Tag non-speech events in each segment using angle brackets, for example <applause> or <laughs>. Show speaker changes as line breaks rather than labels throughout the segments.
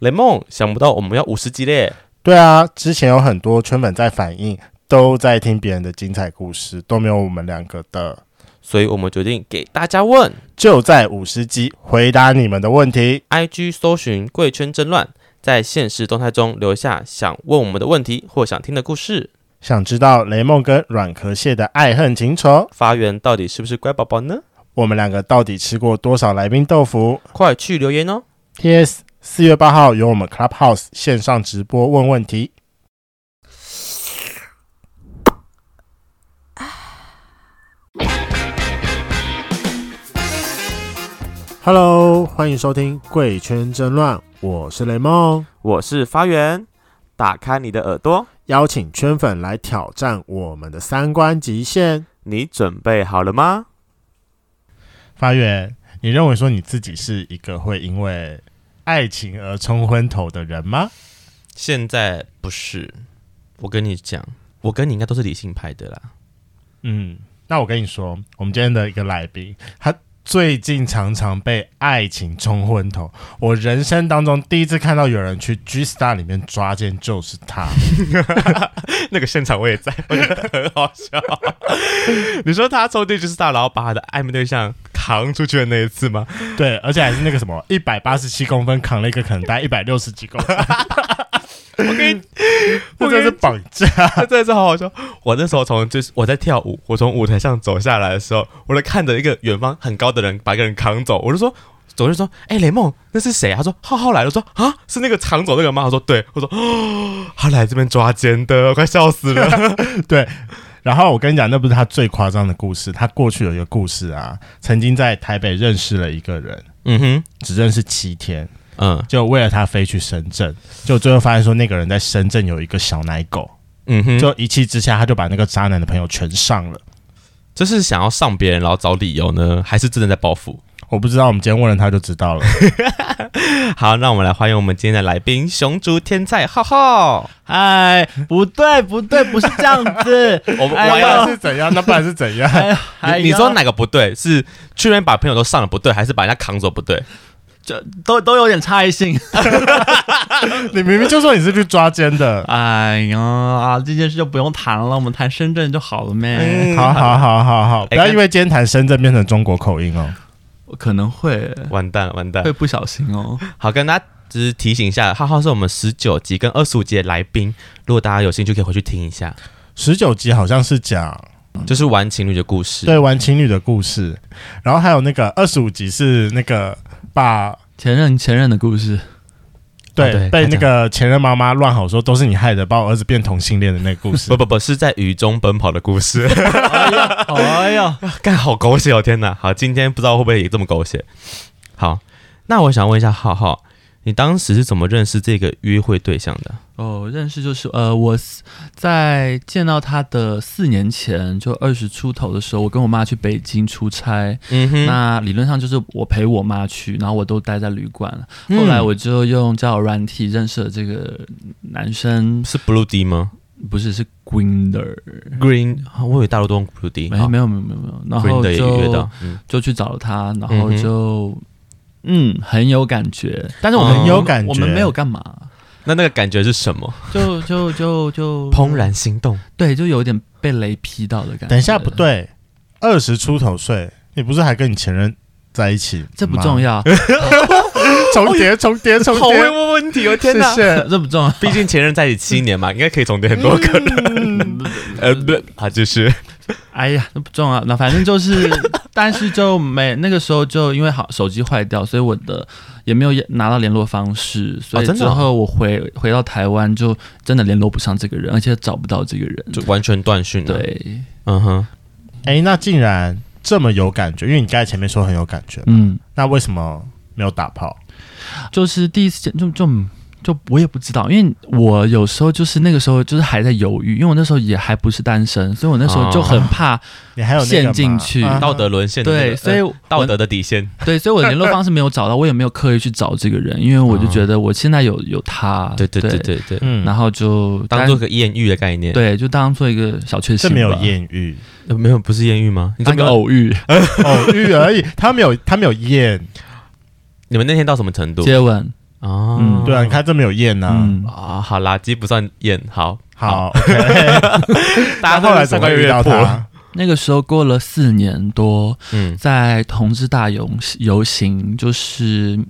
雷梦，想不到我们要五十集嘞！
对啊，之前有很多圈粉在反映，都在听别人的精彩故事，都没有我们两个的。
所以我们决定给大家问
就在五十集回答你们的问题。
，IG 搜寻“贵圈争乱”，在现实动态中留下想问我们的问题或想听的故事。
想知道雷梦跟软壳蟹的爱恨情仇，
发源到底是不是乖宝宝呢？
我们两个到底吃过多少来宾豆腐
快去留言哦！
？T.S. 四月八号有我们 Clubhouse 线上直播问问题。Hello，欢迎收听《贵圈争乱》，我是雷梦，
我是发源，打开你的耳朵，
邀请圈粉来挑战我们的三观极限。
你准备好了吗？
发源，你认为说你自己是一个会因为爱情而冲昏头的人吗？
现在不是，我跟你讲，我跟你应该都是理性派的啦。
嗯，那我跟你说，我们今天的一个来宾，他最近常常被爱情冲昏头。我人生当中第一次看到有人去 G Star 里面抓奸，就是他。
<laughs> 那个现场我也在，我觉得很好笑。你说他抽屉就是大佬把他的暧昧对象扛出去的那一次吗？
<laughs> 对，而且还是那个什么一百八十七公分扛了一个可能大概一百六十几公分，
我跟你，
这真是绑架。
他真的是好好笑。我那时候从就是我在跳舞，我从舞台上走下来的时候，我就看着一个远方很高的人把一个人扛走，我就说。走就说，哎、雷梦，那是谁啊？他说浩浩来了。我说啊，是那个扛走那个吗？他说对。我说 <sniffs> 哦，他来这边抓奸的，我快笑死了。
然后我跟你讲，那不是他最夸张的故事。他过去有一个故事啊，曾经在台北认识了一个人，
嗯哼，
只认识七天，
嗯
就为了他飞去深圳，就最后发现说那个人在深圳有一个小奶狗。
嗯哼，就
就一气之下，他就把那个渣男的朋友全上了。
这是想要上别人，然后找理由呢，还是真的在报复？
我不知道，我们今天问了他就知道了。
好，让我们来欢迎我们今天的来宾——熊竹天才浩浩。
嗨，哎不对不对，不是这样 <laughs> 子。
我们
哎
我
呦
要
那是怎样？那不然是怎样？ <laughs>
哎哎
你你
呀
说哪个不对？是去年把朋友都上了不对，还是把人家扛走不对？
就都都有点差异性。
你明明就说你是去抓奸的。
<laughs> 哎呀啊，这件事就不用谈了，我们谈深圳就好了呗。
好好好好好，不要
嗯哎
因为今天谈深圳变成中国口音哦。
我可能会
<laughs> 完蛋了，完蛋！
会不小心哦。
好，跟大家只是提醒一下，浩浩是我们十九集跟二十五集的来宾，如果大家有兴趣可以回去听一下，
十九集好像是讲
就是玩情侣的故事。
对玩情侣的故事，然后还有那个二十五集是那个把
前任前任的故事，
对,、
啊对
被那个前任妈妈乱吼说都是你害的，把我儿子变同性恋的那个故事
不。不不，是在雨中奔跑的故 <laughs> 事，
哎呀，
<laughs> 干好狗血哦！天哪，好，今天不知道会不会也这么狗血。好，那我想问一下浩浩，你当时是怎么认识这个约会对象的？
哦，认识就是呃，我在见到他的四年前，就二十出头的时候，我跟我妈去北京出差，
嗯哼
那理论上就是我陪我妈去，然后我都待在旅馆。
嗯
后来我就用交友软体认识了这个男生，
是 Blue D 吗
不是是 Grinder，
？Green，啊我以为大陆都用 Blue D，
没有没有没有没有没有，然后
Green 的也约
就
到，嗯
就去找了他，然
嗯
后
哼
就嗯很有感觉，但是我们
很有
感觉
我们没有干嘛，
那那个感觉是什么？
<laughs> 就就就 <laughs> 就
怦，然心动。
对，就有点被雷劈到的感觉。
等一下，不，对，二十出头岁，你不是还跟你前任在一起？
这不重
要，
要，
<laughs> 重叠重叠重
哦好会
叠。
问问题哦！天哪，
谢
<laughs>
谢。
哎这不重要。
毕竟前任在一起七年嘛，应该可以重叠很多个人。 <laughs> 呃，不，啊，就是
哎呀，那不重要，那反正就是，但是就没那个时候就因为好手机坏掉，所以我的也没有拿到联络方式，所以
真的
之
哦
后我回、回到台湾就真的联络不上这个人，而且找不到这个人。
就完全断
啊
讯了。，
对，
嗯哼，
哎、那竟然这么有感觉，因为你刚才前面说很有感觉，
嗯，
那为什么没有打炮？
就是第一次见就就。就我也不知道，因为我有时候就是那个时候就是还在犹豫，因为我那时候也还不是单身，所以我那时
哦
候就很
<laughs>
怕，
你还有那个吗
陷进去
啊
道德沦陷的那个。
对，所以
呃
我嗯
道德的底线。
对，所以我的
<laughs>
联络方式没有找到，我也没有刻意去找这个人，因为我就觉得我现在有有他，
哦对对对对对，
嗯
然后就
当做个艳遇的概念。，
对，就当做一个小确
这
幸吧。
没有艳遇， <laughs>
没有，不是艳遇吗？你
当
这
个
个，
偶遇、
偶遇而已，他没有他没有艳，
你们那天到什么程度？
接吻，
哦，
对啊，你看这么有艳呐、
嗯，
啊，好啦，鸡不算艳，好，
好，OK，
大家
后来
上
怎
个
么遇
月
到
破，
他？
那个时候过了四年多，
嗯，
在同志大游游行，就是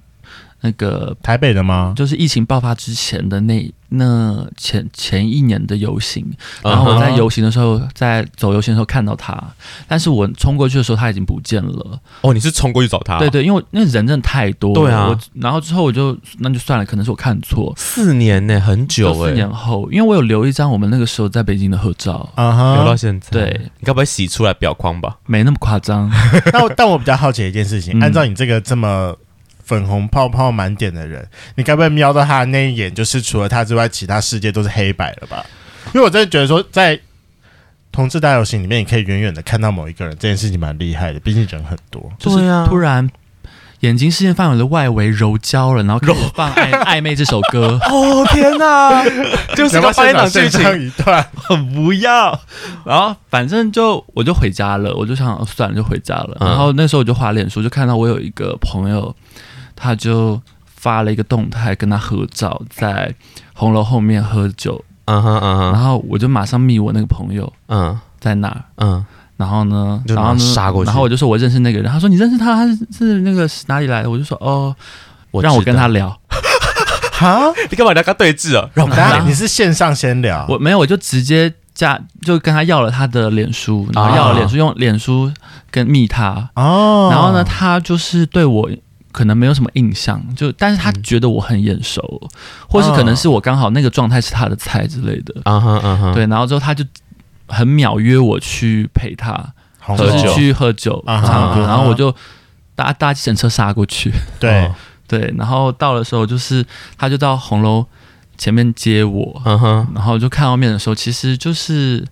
那个
台北的吗？
就是疫情爆发之前的那那前前一年的游行，然
然
后
后
我
我
在
在
游行的时候，在走游行的时候看到他，但是我冲过去的时候他已经不见了。
哦，你是冲过去找他，
对，对，因为那人真的太多了。
对啊
我然后之后我就那就算了，可能是我看错。
四年呢，很久
就四
哎，
年后，因为我有留一张我们那个时候在北京的合照，
啊
留到
哈，
现在，
对，
你该不会洗出来表框吧？
没那么
<laughs>
夸张。
但我 <laughs> 但我比较好奇的一件事情，
嗯
按照你这个这么粉红泡泡满点的人，你该不会瞄到他的那一眼，就是除了他之外，其他世界都是黑白了吧？因为我真的觉得说，在同志大游行里面，你可以远远的看到某一个人，这件事情蛮厉害的，毕竟人很多。
就是
对啊
突然眼睛视线范围的外围柔焦了，然后开始放暧暧昧这首歌，
哦天哪，就是
要
个
不
八点
要现场
档剧
现
情
上，一段，
很不要。然后反正就我就回家了，我就想哦算了就回家了。
嗯
然后那时候我就滑脸书，就看到我有一个朋友，他就发了一个动态跟他合照，在红楼后面喝酒，
嗯哼
然
嗯哼
后我就马上密我那个朋友
嗯
在哪儿。
嗯，
然后呢，
就
然后呢
马上杀过去
然后我就说我认识那个人，他说你认识他，他是是那个哪里来的？我就说哦，让我
知
跟
道
他，聊。
哈，
你干嘛你要跟他对峙啊？让
等下你是线上先聊，
我没有，我就直接加，就跟他要了他的脸书，然
啊
后要了脸书，用脸书跟密他，
哦，
然后呢，他就是对我。可能没有什么印象，就但是他觉得我很眼熟，或是可能是我刚好那个状态是他的菜之类的，
嗯哼嗯哼，
对。然后之后他就很秒约我去陪他，
红
就
楼
是去喝酒、
啊哈
唱歌，
嗯啊哈
然后我就搭搭计程车杀过去， <laughs>
对
哦，
对。然后到的时候就是他就到红楼前面接我，
嗯哼，
然后就看到面的时候，其实就是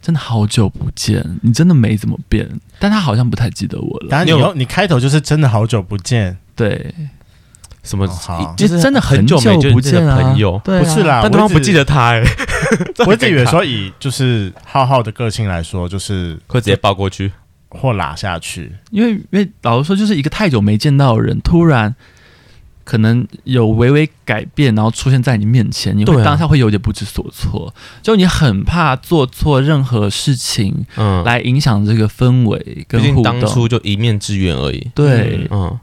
真的好久不见，你真的没怎么变，但他好像不太记得我了。
然后你
你有
又你开头就是真的好久不见，
对，
什么
哦好？
就是
真的很
久没
不
见
见
的
啊，
朋友，
对啊、
不是啦，
但对方
我一直
不记，得他 <laughs> 哎，这
我一
很
直
尴
以为
尬
说以就是浩浩的个性来说，就是
会直接抱过去，
或拉下去，
因为因为老实说，就是一个太久没见到的人，突然可能有微微改变，然后出现在你面前，你会、
对啊
当下会有点不知所措，就你很怕做错任何事情
嗯，
来影响这个氛围
毕
跟
竟
互
当
动。
初就一面之缘而已，
对，
嗯
嗯，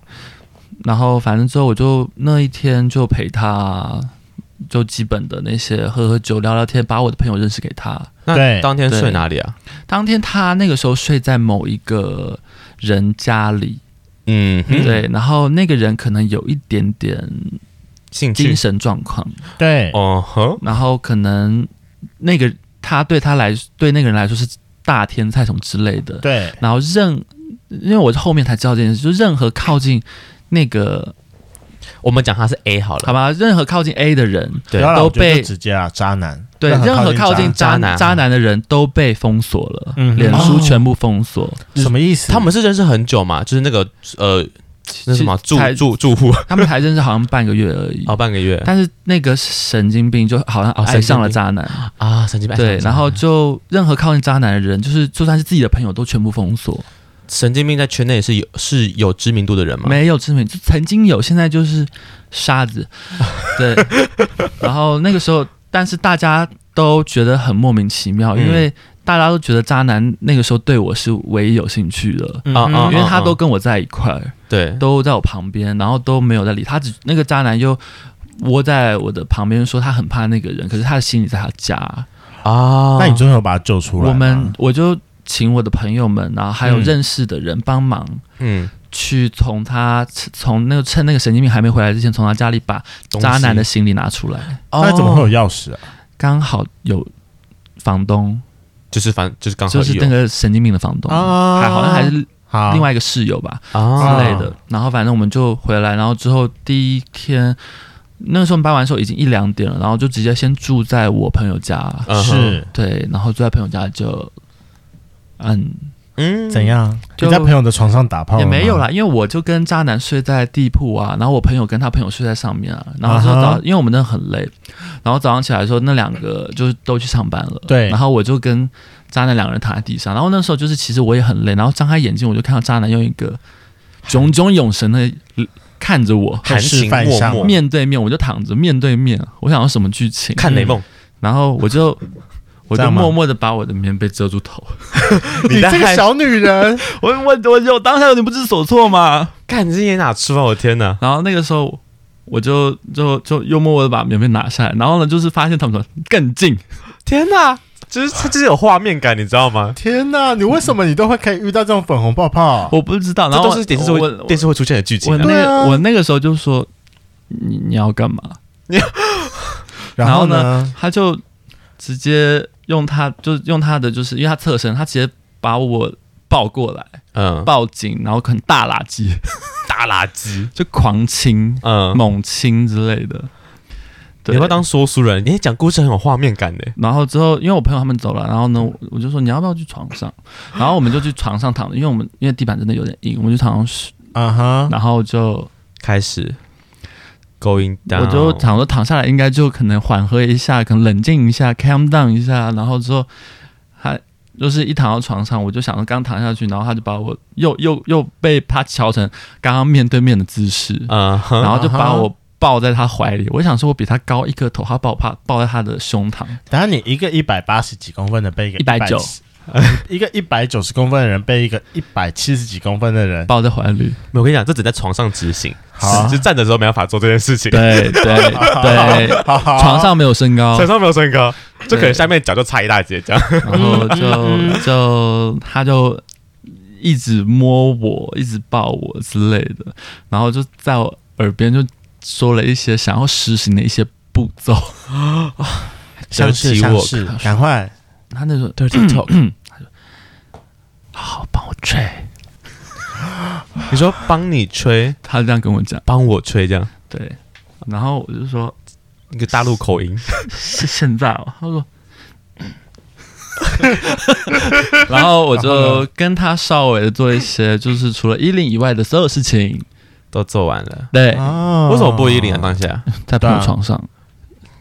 然后反正之后我就那一天就陪他，就基本的那些喝喝酒、聊聊天，把我的朋友认识给他。
那
对
当天
对
睡哪里啊？
当天他那个时候睡在某一个人家里，
嗯哼，
对，然后那个人可能有一点点
兴趣
精神状况，
对，
哦呵，
然后可能那个他对他来对那个人来说是大天才什么之类的，
对，
然后任因为我是后面才知道这件事，就任何靠近那个
我们讲他是 A 好
好
了，
吧，任何靠近 A 的人，
对
不要啦
都
我觉得
被
就直接啊，渣男，
对，任何靠近
渣
渣
男
渣男的人都被封锁了，
嗯
脸书
哦
全部封锁。
渣什么意思？
他们是认识很久嘛，就是那个呃，那什么
其
住
才
住住户
他们才认识好像半个月而已，
<laughs> 哦，半个月
但是那个神经病就好像
哦
爱上了渣男，
啊，神经病，
对，然后就任何靠近渣男的人，就是就算是自己的朋友都全部封锁，
神经病在圈内是有是有知名度的人嘛？
没有知名，就曾经有，现在就是
<laughs>
沙子，对。然后那个时候，但是大家都觉得很莫名其妙，
嗯
因为大家都觉得渣男那个时候对我是唯一有兴趣的，
嗯
啊啊
因
啊
为他都跟我在一块儿。
对，
都在我旁边，然后都没有在理他，只那个渣男又窝在我的旁边说他很怕那个人，可是他的心里在他家。
啊，
那你最后把他救出来吗，
我们我就请我的朋友们，然后还有
嗯
认识的人帮忙。
嗯，
去从他从那个趁那个神经病还没回来之前，从他家里把
东西
渣男的行李拿出来，
那怎么会
哦
有钥匙啊？
刚好有房东，
就是反就是刚好
就是
有
那个神经病的房东，
啊
还好像还是
好，
另外一个室友吧。
啊
之类的。然后反正我们就回来，然后之后第一天，那时候我们搬完的时候已经一两点了，然后就直接先住在我朋友家，
嗯哼
是
对，然后住在朋友家就，嗯，
嗯
怎样？
就
你在朋友的床上打炮了
也
吗
没 <laughs> 有啦，，因为我就跟渣男睡在地铺啊，然后我朋友跟他朋友睡在上面啊，然后之后
啊
早
哈
因为我们真的很累，然后早上起来的时候，那两个就是都去上班了，
对
然后我就跟渣男两个人躺在地上，然后那时候就是其实我也很累，然后张开眼睛我就看到渣男用一个炯炯有神的看着我，
含情
示
脉
范
脉，
上
面对面，我就躺着面对面，我想要什么剧情，
看雷梦，
然后我就我
这
就
样吗
默默的把我的棉被遮住头。
你
在
这
害
个小女人，
我我我有当下有点不知所措嘛。
看你这眼哪吃饭？我的天哪！
然后那个时候我就就就又默默的把棉被拿下来，然后呢就是发现他们说更近，
天哪！就是它就是有画面感，你知道吗？
<laughs> 天哪！你为什么你都会可以遇到这种粉红泡泡？
我不知道。
哦这
然后
都是电视
我
会
我
电视会出现的剧情
我那
啊。
对啊
个我那个时候就说你你要干嘛？
然后
然
呢？
他就直接用他就是用他的就是因为他侧身，他直接把我抱过来
嗯，
抱紧，然后很大垃圾
大垃圾。
就狂亲、
嗯，
猛亲之类的。
你
对
要不要当说书人，你讲故事很有画面感的。
然后之后，因为我朋友他们走了，然后呢，我我就说你要不要去床上？然后我们就去床上躺着，因为我们因为地板真的有点硬，我们就躺上睡，
啊哈，
然后就
开始，going down，
我就想说躺下来应该就可能缓和一下，可能冷静一下，calm down 一下，然后之后还就是一躺到床上，我就想说刚躺下去，然后他就把我又又又被他调成刚刚面对面的姿势，
嗯哼，
然后就把
啊哈
我抱在他怀里。我想说我比他高一个头，他把我抱抱在他的胸膛，
等下你一个一百八十几公分的被一个
190
170，一个一百九十公分的人被一个一百七十几公分的人，
抱在怀里。
<laughs> 没有我跟你讲，这只在床上执行，
好啊
是就站着的时候没办法做这件事情。
对对 <laughs> 对，
好好
哎床上没有身高
身，上没有身高，就可能下面脚就差一大截这样。
然后就就他就一直摸我，一直抱我之类的，然后就在我耳边就说了一些想要实行的一些步骤。
像
对
是
不起
像
我
是，赶快
他嗯那时候
Dirty talk，
好帮我吹，
你说帮你吹，
他这样跟我讲，
帮我吹这样，
对，然后我就说
一个大陆口音，
是现在哦，他说。嗯 <laughs> 然后我就跟他稍微的做一些，就是除了衣领以外的所有事情。
都做完了，
对，
啊
哎为什么不一领啊？？当下
在朋友床上，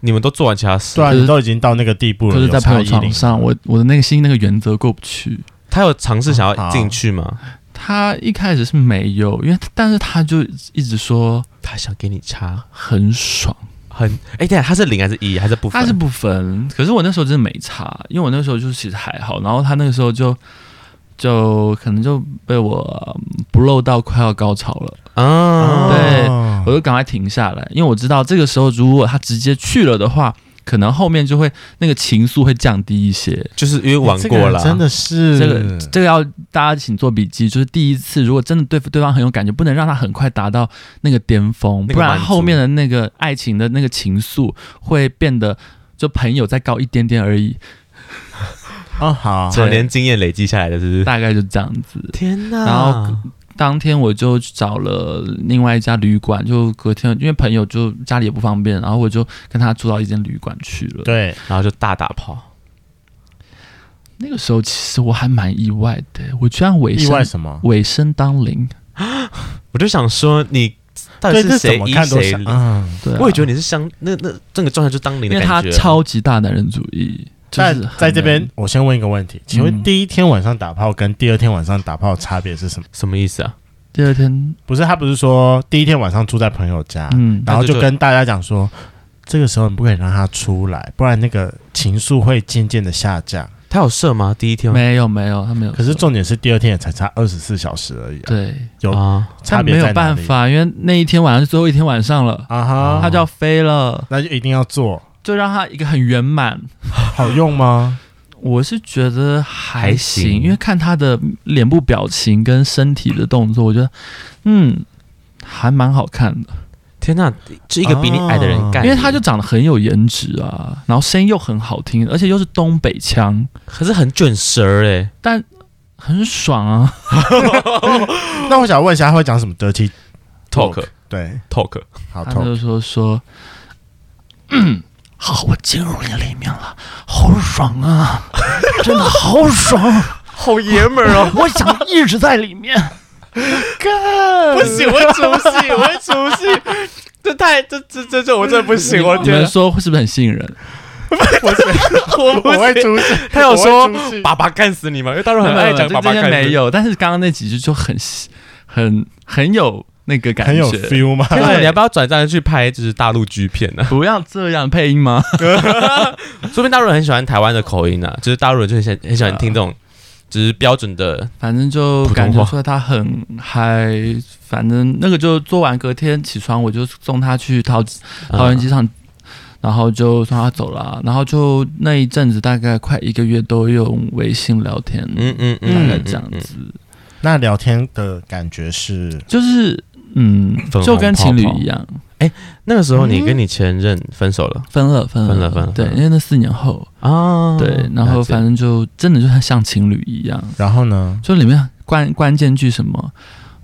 你们都做完其他事
对，啊，
就是
你都已经到那个地步了，
就是在
有差
朋友
异
床
零
上，我我的那个心那个原则过不去。
他有尝试想要进去吗？
他一开始是没有，因为但是他就一直说
他想给你插
很爽，
很，哎，等一下他是零还是一还是不分？
他是不分。可是我那时候真的没差，因为我那时候就是其实还好，然后他那个时候就就可能就被我嗯不漏到快要高潮了，
啊，
对
哦
我就赶快停下来，因为我知道这个时候如果他直接去了的话，可能后面就会那个情愫会降低一些。
就是因为玩
哎这个
过
人
了，啊
真的是
这
嗯
个这个要大家请做笔记，就是第一次如果真的对对方很有感觉，不能让他很快达到那个巅峰，
那个
不然
满足
后面的那个爱情的那个情愫会变得就朋友再高一点点而已，
哦好，
常年经验累积下来的，是不是？
大概就这样子。
天哪！
然后当天我就去找了另外一家旅馆，就隔天因为朋友就家里也不方便，然后我就跟他住到一间旅馆去了。
对，
然后就大打炮，
那个时候其实我还蛮意外的，我居然尾
意外
声
什么？
尾声当零，
我就想说你到底
对，这
是
怎
谁
么
一
看都
谁
想，嗯，
对啊、
我也觉得你是相那那这个状态就当零
因
的
为他
感觉，
超级大男人主义。就是
但
很
在这边
难，
我先问一个问题，请问
嗯
第一天晚上打炮跟第二天晚上打炮的差别是什么？
什么意思啊？
第二天，
不是他不是说第一天晚上住在朋友家，
嗯，
然后
那就
就跟大家讲说，这个时候你不可以让他出来，不然那个情愫会渐渐的下降。
他有射吗？第一天
没有没有，他没有说。
可是重点是第二天也才差二十四小时而已、啊，
对，
有
啊，
差
他
别
没
在
有办
哪里
法，因为那一天晚上是最后一天晚上了，
啊哈，
他就要飞了，
那就一定要 <laughs> 做，
就让他一个很圆满。
好用吗？
我是觉得还
还
行，
行
因为看他的脸部表情跟身体的动作，我觉得，嗯，还蛮好看的。
天哪！这一个比你矮的人干
因
你，
为他就长得很有颜值啊，然后声音又很好听，而且又是东北腔，
可是很卷舌儿哎，
很爽啊。
那我想问一下，他会讲什么 dirty
talk
对，
talk，
好
他
痛
就说说， <clears throat> 嗯，好，我进入你里面了，好爽啊， <laughs> 真的好爽，
<laughs> 好爷们 <laughs> 儿哦！
我想一直在里面。
不行，我会出戏，我会出戏，这太这这这这我真的不行，我
你
天
们
哪，
说是不是很吸引人？
我不
我会
行。
出戏，
他有
我会出
说
戏
爸爸干死你吗？因为大陆很爱讲
这
爸爸
这些
干死
没有，但是刚刚那几句就很吸很很有那个感
很有
觉。
feel 吗？
天哪，你要不要转战去拍就是大陆剧片啊呢、
不要这样配音吗？
说不定大陆人很喜欢台湾的口音啊，就是大陆人就很喜很喜欢听这种，就是标准的。
反正就
普通
感觉
话
出来他很嗨，反正那个就做完，隔天起床我就送他去桃
嗯
桃园机场，然后就送他走了，啊然后就那一阵子大概快一个月都用微信聊天，
嗯嗯嗯，
大概
嗯
这样。子，
那聊天的感觉是
就是嗯
粉红，
就跟情侣
泡泡
一样，
那个时候你跟你前任分手了
分了分了
分了分了
对
分，了
因为那四年后，
啊？
嗯对，然后
了解
反正就真的就很像情侣一样，
然后呢？
就里面关关键句什么，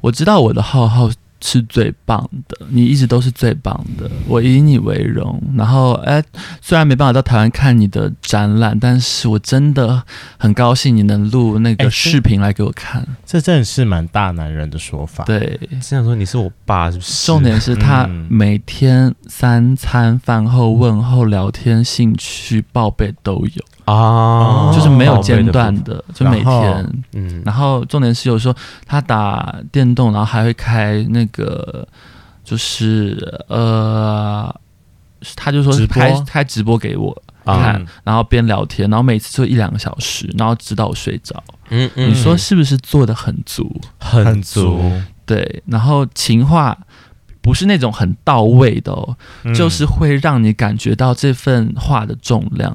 我知道我的浩浩是最棒的，你一直都是最棒的，我以你为荣。然后，哎，虽然没办法到台湾看你的展览，但是我真的很高兴你能录那
哎
个视频来给我看。
哎
这真的是蛮大男人的说法。，
对，
这样说你是我爸是不是？
重点是他
嗯
每天三餐饭后问候、聊天、兴趣报备都
啊，
有，
哦
就是没有
宝贝的
间
部
断
分。
的，就每
然后
天。
嗯，
然后重点是有时候他打电动，然后还会开那个，就是呃，他就说
直播
开开直播给我
啊
看，
嗯
然后边聊天，然后每次就一两个小时，然后直到我睡着。
嗯嗯
你说是不是做的很足？
很
很
足，
足，
对，然后情话。不是那种很到位的哦，
嗯
就是会让你感觉到这份话的重量，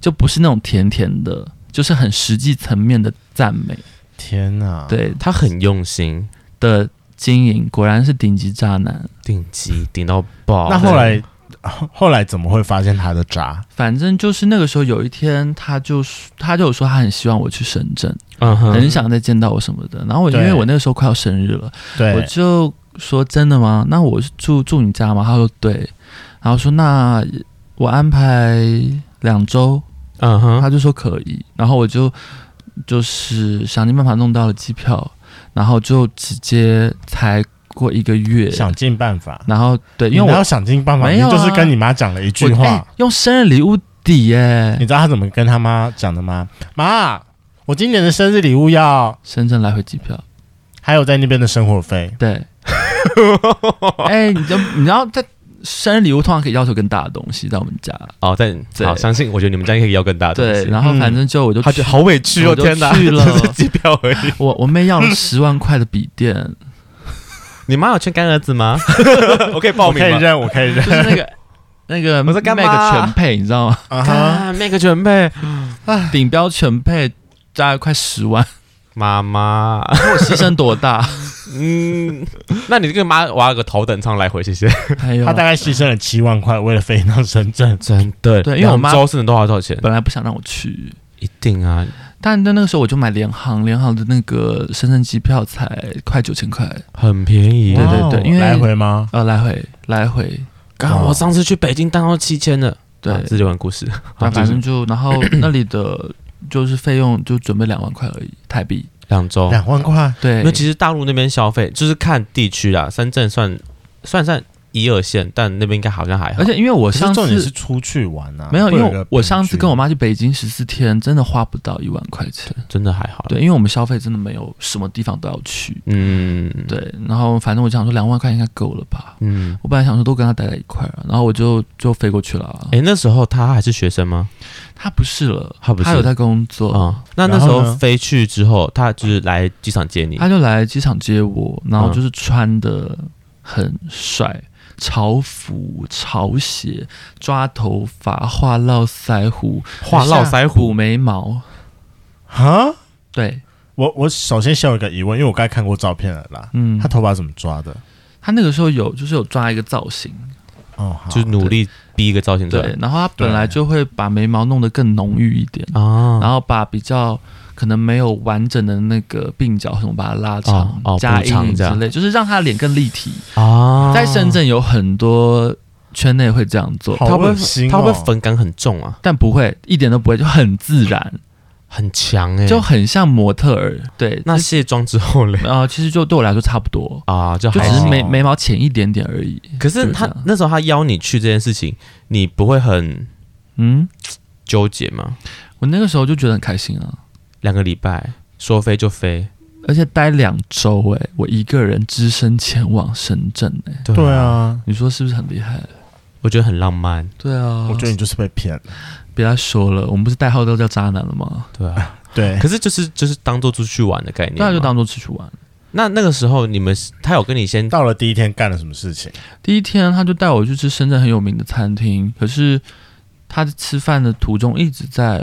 就不是那种甜甜的，就是很实际层面的赞美。
天哪，，
对，
他很用心，
的经营，果然是顶级渣男。
顶级顶到爆。
那后来后来怎么会发现他的渣？
反正就是那个时候，有一天他就是他就有说他很希望我去深圳，
嗯哼，
很想再见到我什么的。然后我因
对
为我那个时候快要生日了，我
对，
就说真的吗？那我是住住你家吗？他说对，然后说那我安排两周，
嗯
他
哼，
就说可以，然后我就就是想尽办法弄到了机票，然后就直接才过一个月，
想尽办法。
然后对，因为
你哪
我
有想尽办法，
没有啊
你就是跟你妈讲了一句
我
话
哎。用生日礼物抵耶、
你知道他怎么跟他妈讲的吗？妈，我今年的生日礼物要，
深圳来回机票。
还有在那边的生活费。
<laughs>
对，哎、你就你知道在生日礼物通常可以要求更大的东西在我们家，
哦，但
对
好，相信我觉得你们家可以要更大的东
对，
西。嗯
然后反正就我就
他
去
就好委屈哦，
我就
天哪，<laughs>
去了
只是机票而已。
<laughs> 我我
<laughs>
妹要了十万块的笔电，
你妈有劝干儿子
<laughs>
吗？ <laughs> 我可以报
<laughs> 我可
名
以
吗？
认，我可以认
就。是那
<laughs>
个那个
我说干
Mac
嘛
全配，你知道吗？
啊哈，
啊，那个全配
顶标全配大概快
<laughs>
十万，
妈妈，
我牺牲多大？
<laughs> 嗯， <laughs> 那你这个妈挖个头等舱来回，谢谢。
还有
他大概牺牲了七万块，为了飞到深圳。
真的，
对因为我妈
两周是能多少多少钱？
本来不想让我去，
一定啊，
但在那个时候我就买联航，联航的那个深圳机票才快九千块，
很便宜。
<laughs> 对对
哇哦
对因为
来回吗？
呃，来回来回，
刚
哇
我上次去北京当到七千的，
对，
啊这就很故事。好
但
就
反
是
正就，然后
<clears throat>
那里的就是费用就准备两万块而已，台币。
两
哦
周，
两万块，
对
因为，其实大陆那边消费就是看地区啦，深圳算算算一二线，但那边应该好像还好。
而且因为我
可是
上
重点是
次
出去玩啊，
没有，
会
因
一个
为我上
平
次
均
跟我，妈去北京十四天，真的花不到一万块钱。
真的还好。
对，因为我们消费真的没有什么地方都要去。
嗯，
对，然后反正我就想说两万块应该够了吧。
嗯，
我本来想说都跟他待在一块了，然后我就就飞过去了啊。
哎、那时候他还是学生吗？
他不是了，
他不是
他有在工作，
啊、那那
然
时
后
候
呢
飞去之后，他就是来机场接你
他。就来机场接我，然后
嗯
就是穿的很帅，潮服、潮鞋、抓头发、画络腮胡、
画络腮 <laughs>
补
胡，
眉毛，
啊，
对，
我我首先先有一个疑问，因为我刚才看过照片了啦，
嗯
他，头发怎么抓的？
他那个时候有就是有抓一个造型，
哦，好
就是努力逼一个造型出来
对，然后他本来就会把眉毛弄得更浓郁一点，
啊，
然后把比较。可能没有完整的那个鬓角什么，把它拉长、
哦哦
加
补
阴
长
影
这
之
样
类，就是让他脸更立体。
啊，
在深圳有很多圈内会这样做，
好
他会
恶心哦
他会粉感很重啊，
但不会，一点都不会，就很自然，
很强哎、
就很像模特儿。对，
那
那
卸妆之后嘞
呃，其实就对我来说差不多，
啊，就
就
还
只
是
是
好
眉
哦
眉毛浅一点点而已。
可是
就
他
这样
那时候他邀你去这件事情，你不会很
嗯，
纠结吗？
我那个时候就觉得很开心啊。
两个礼拜说飞就飞，
而且待两周哎，我一个人只身前往深圳哎、
对，啊，
你说是不是很厉害？
我觉得很浪漫，
对啊，
我觉得你就是被骗了。
别再说了，我们不是代号都叫渣男了吗？
对啊。
对，
可是就是就是当做出去玩的概念嘛，
那啊就当做出去玩。
那那个时候你们是他有跟你先
到了第一天干了什么事情？
第一天他就带我去吃深圳很有名的餐厅，可是他吃饭的途中一直在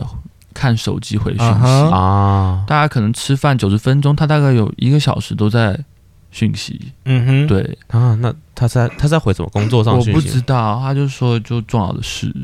看手机回讯息。
啊哈
啊，
大家可能吃饭九十分钟，他大概有一个小时都在讯息。
嗯哼，
对，
啊，那他在他在回什么工作上
我
去？
不知道，他就说就重要的事。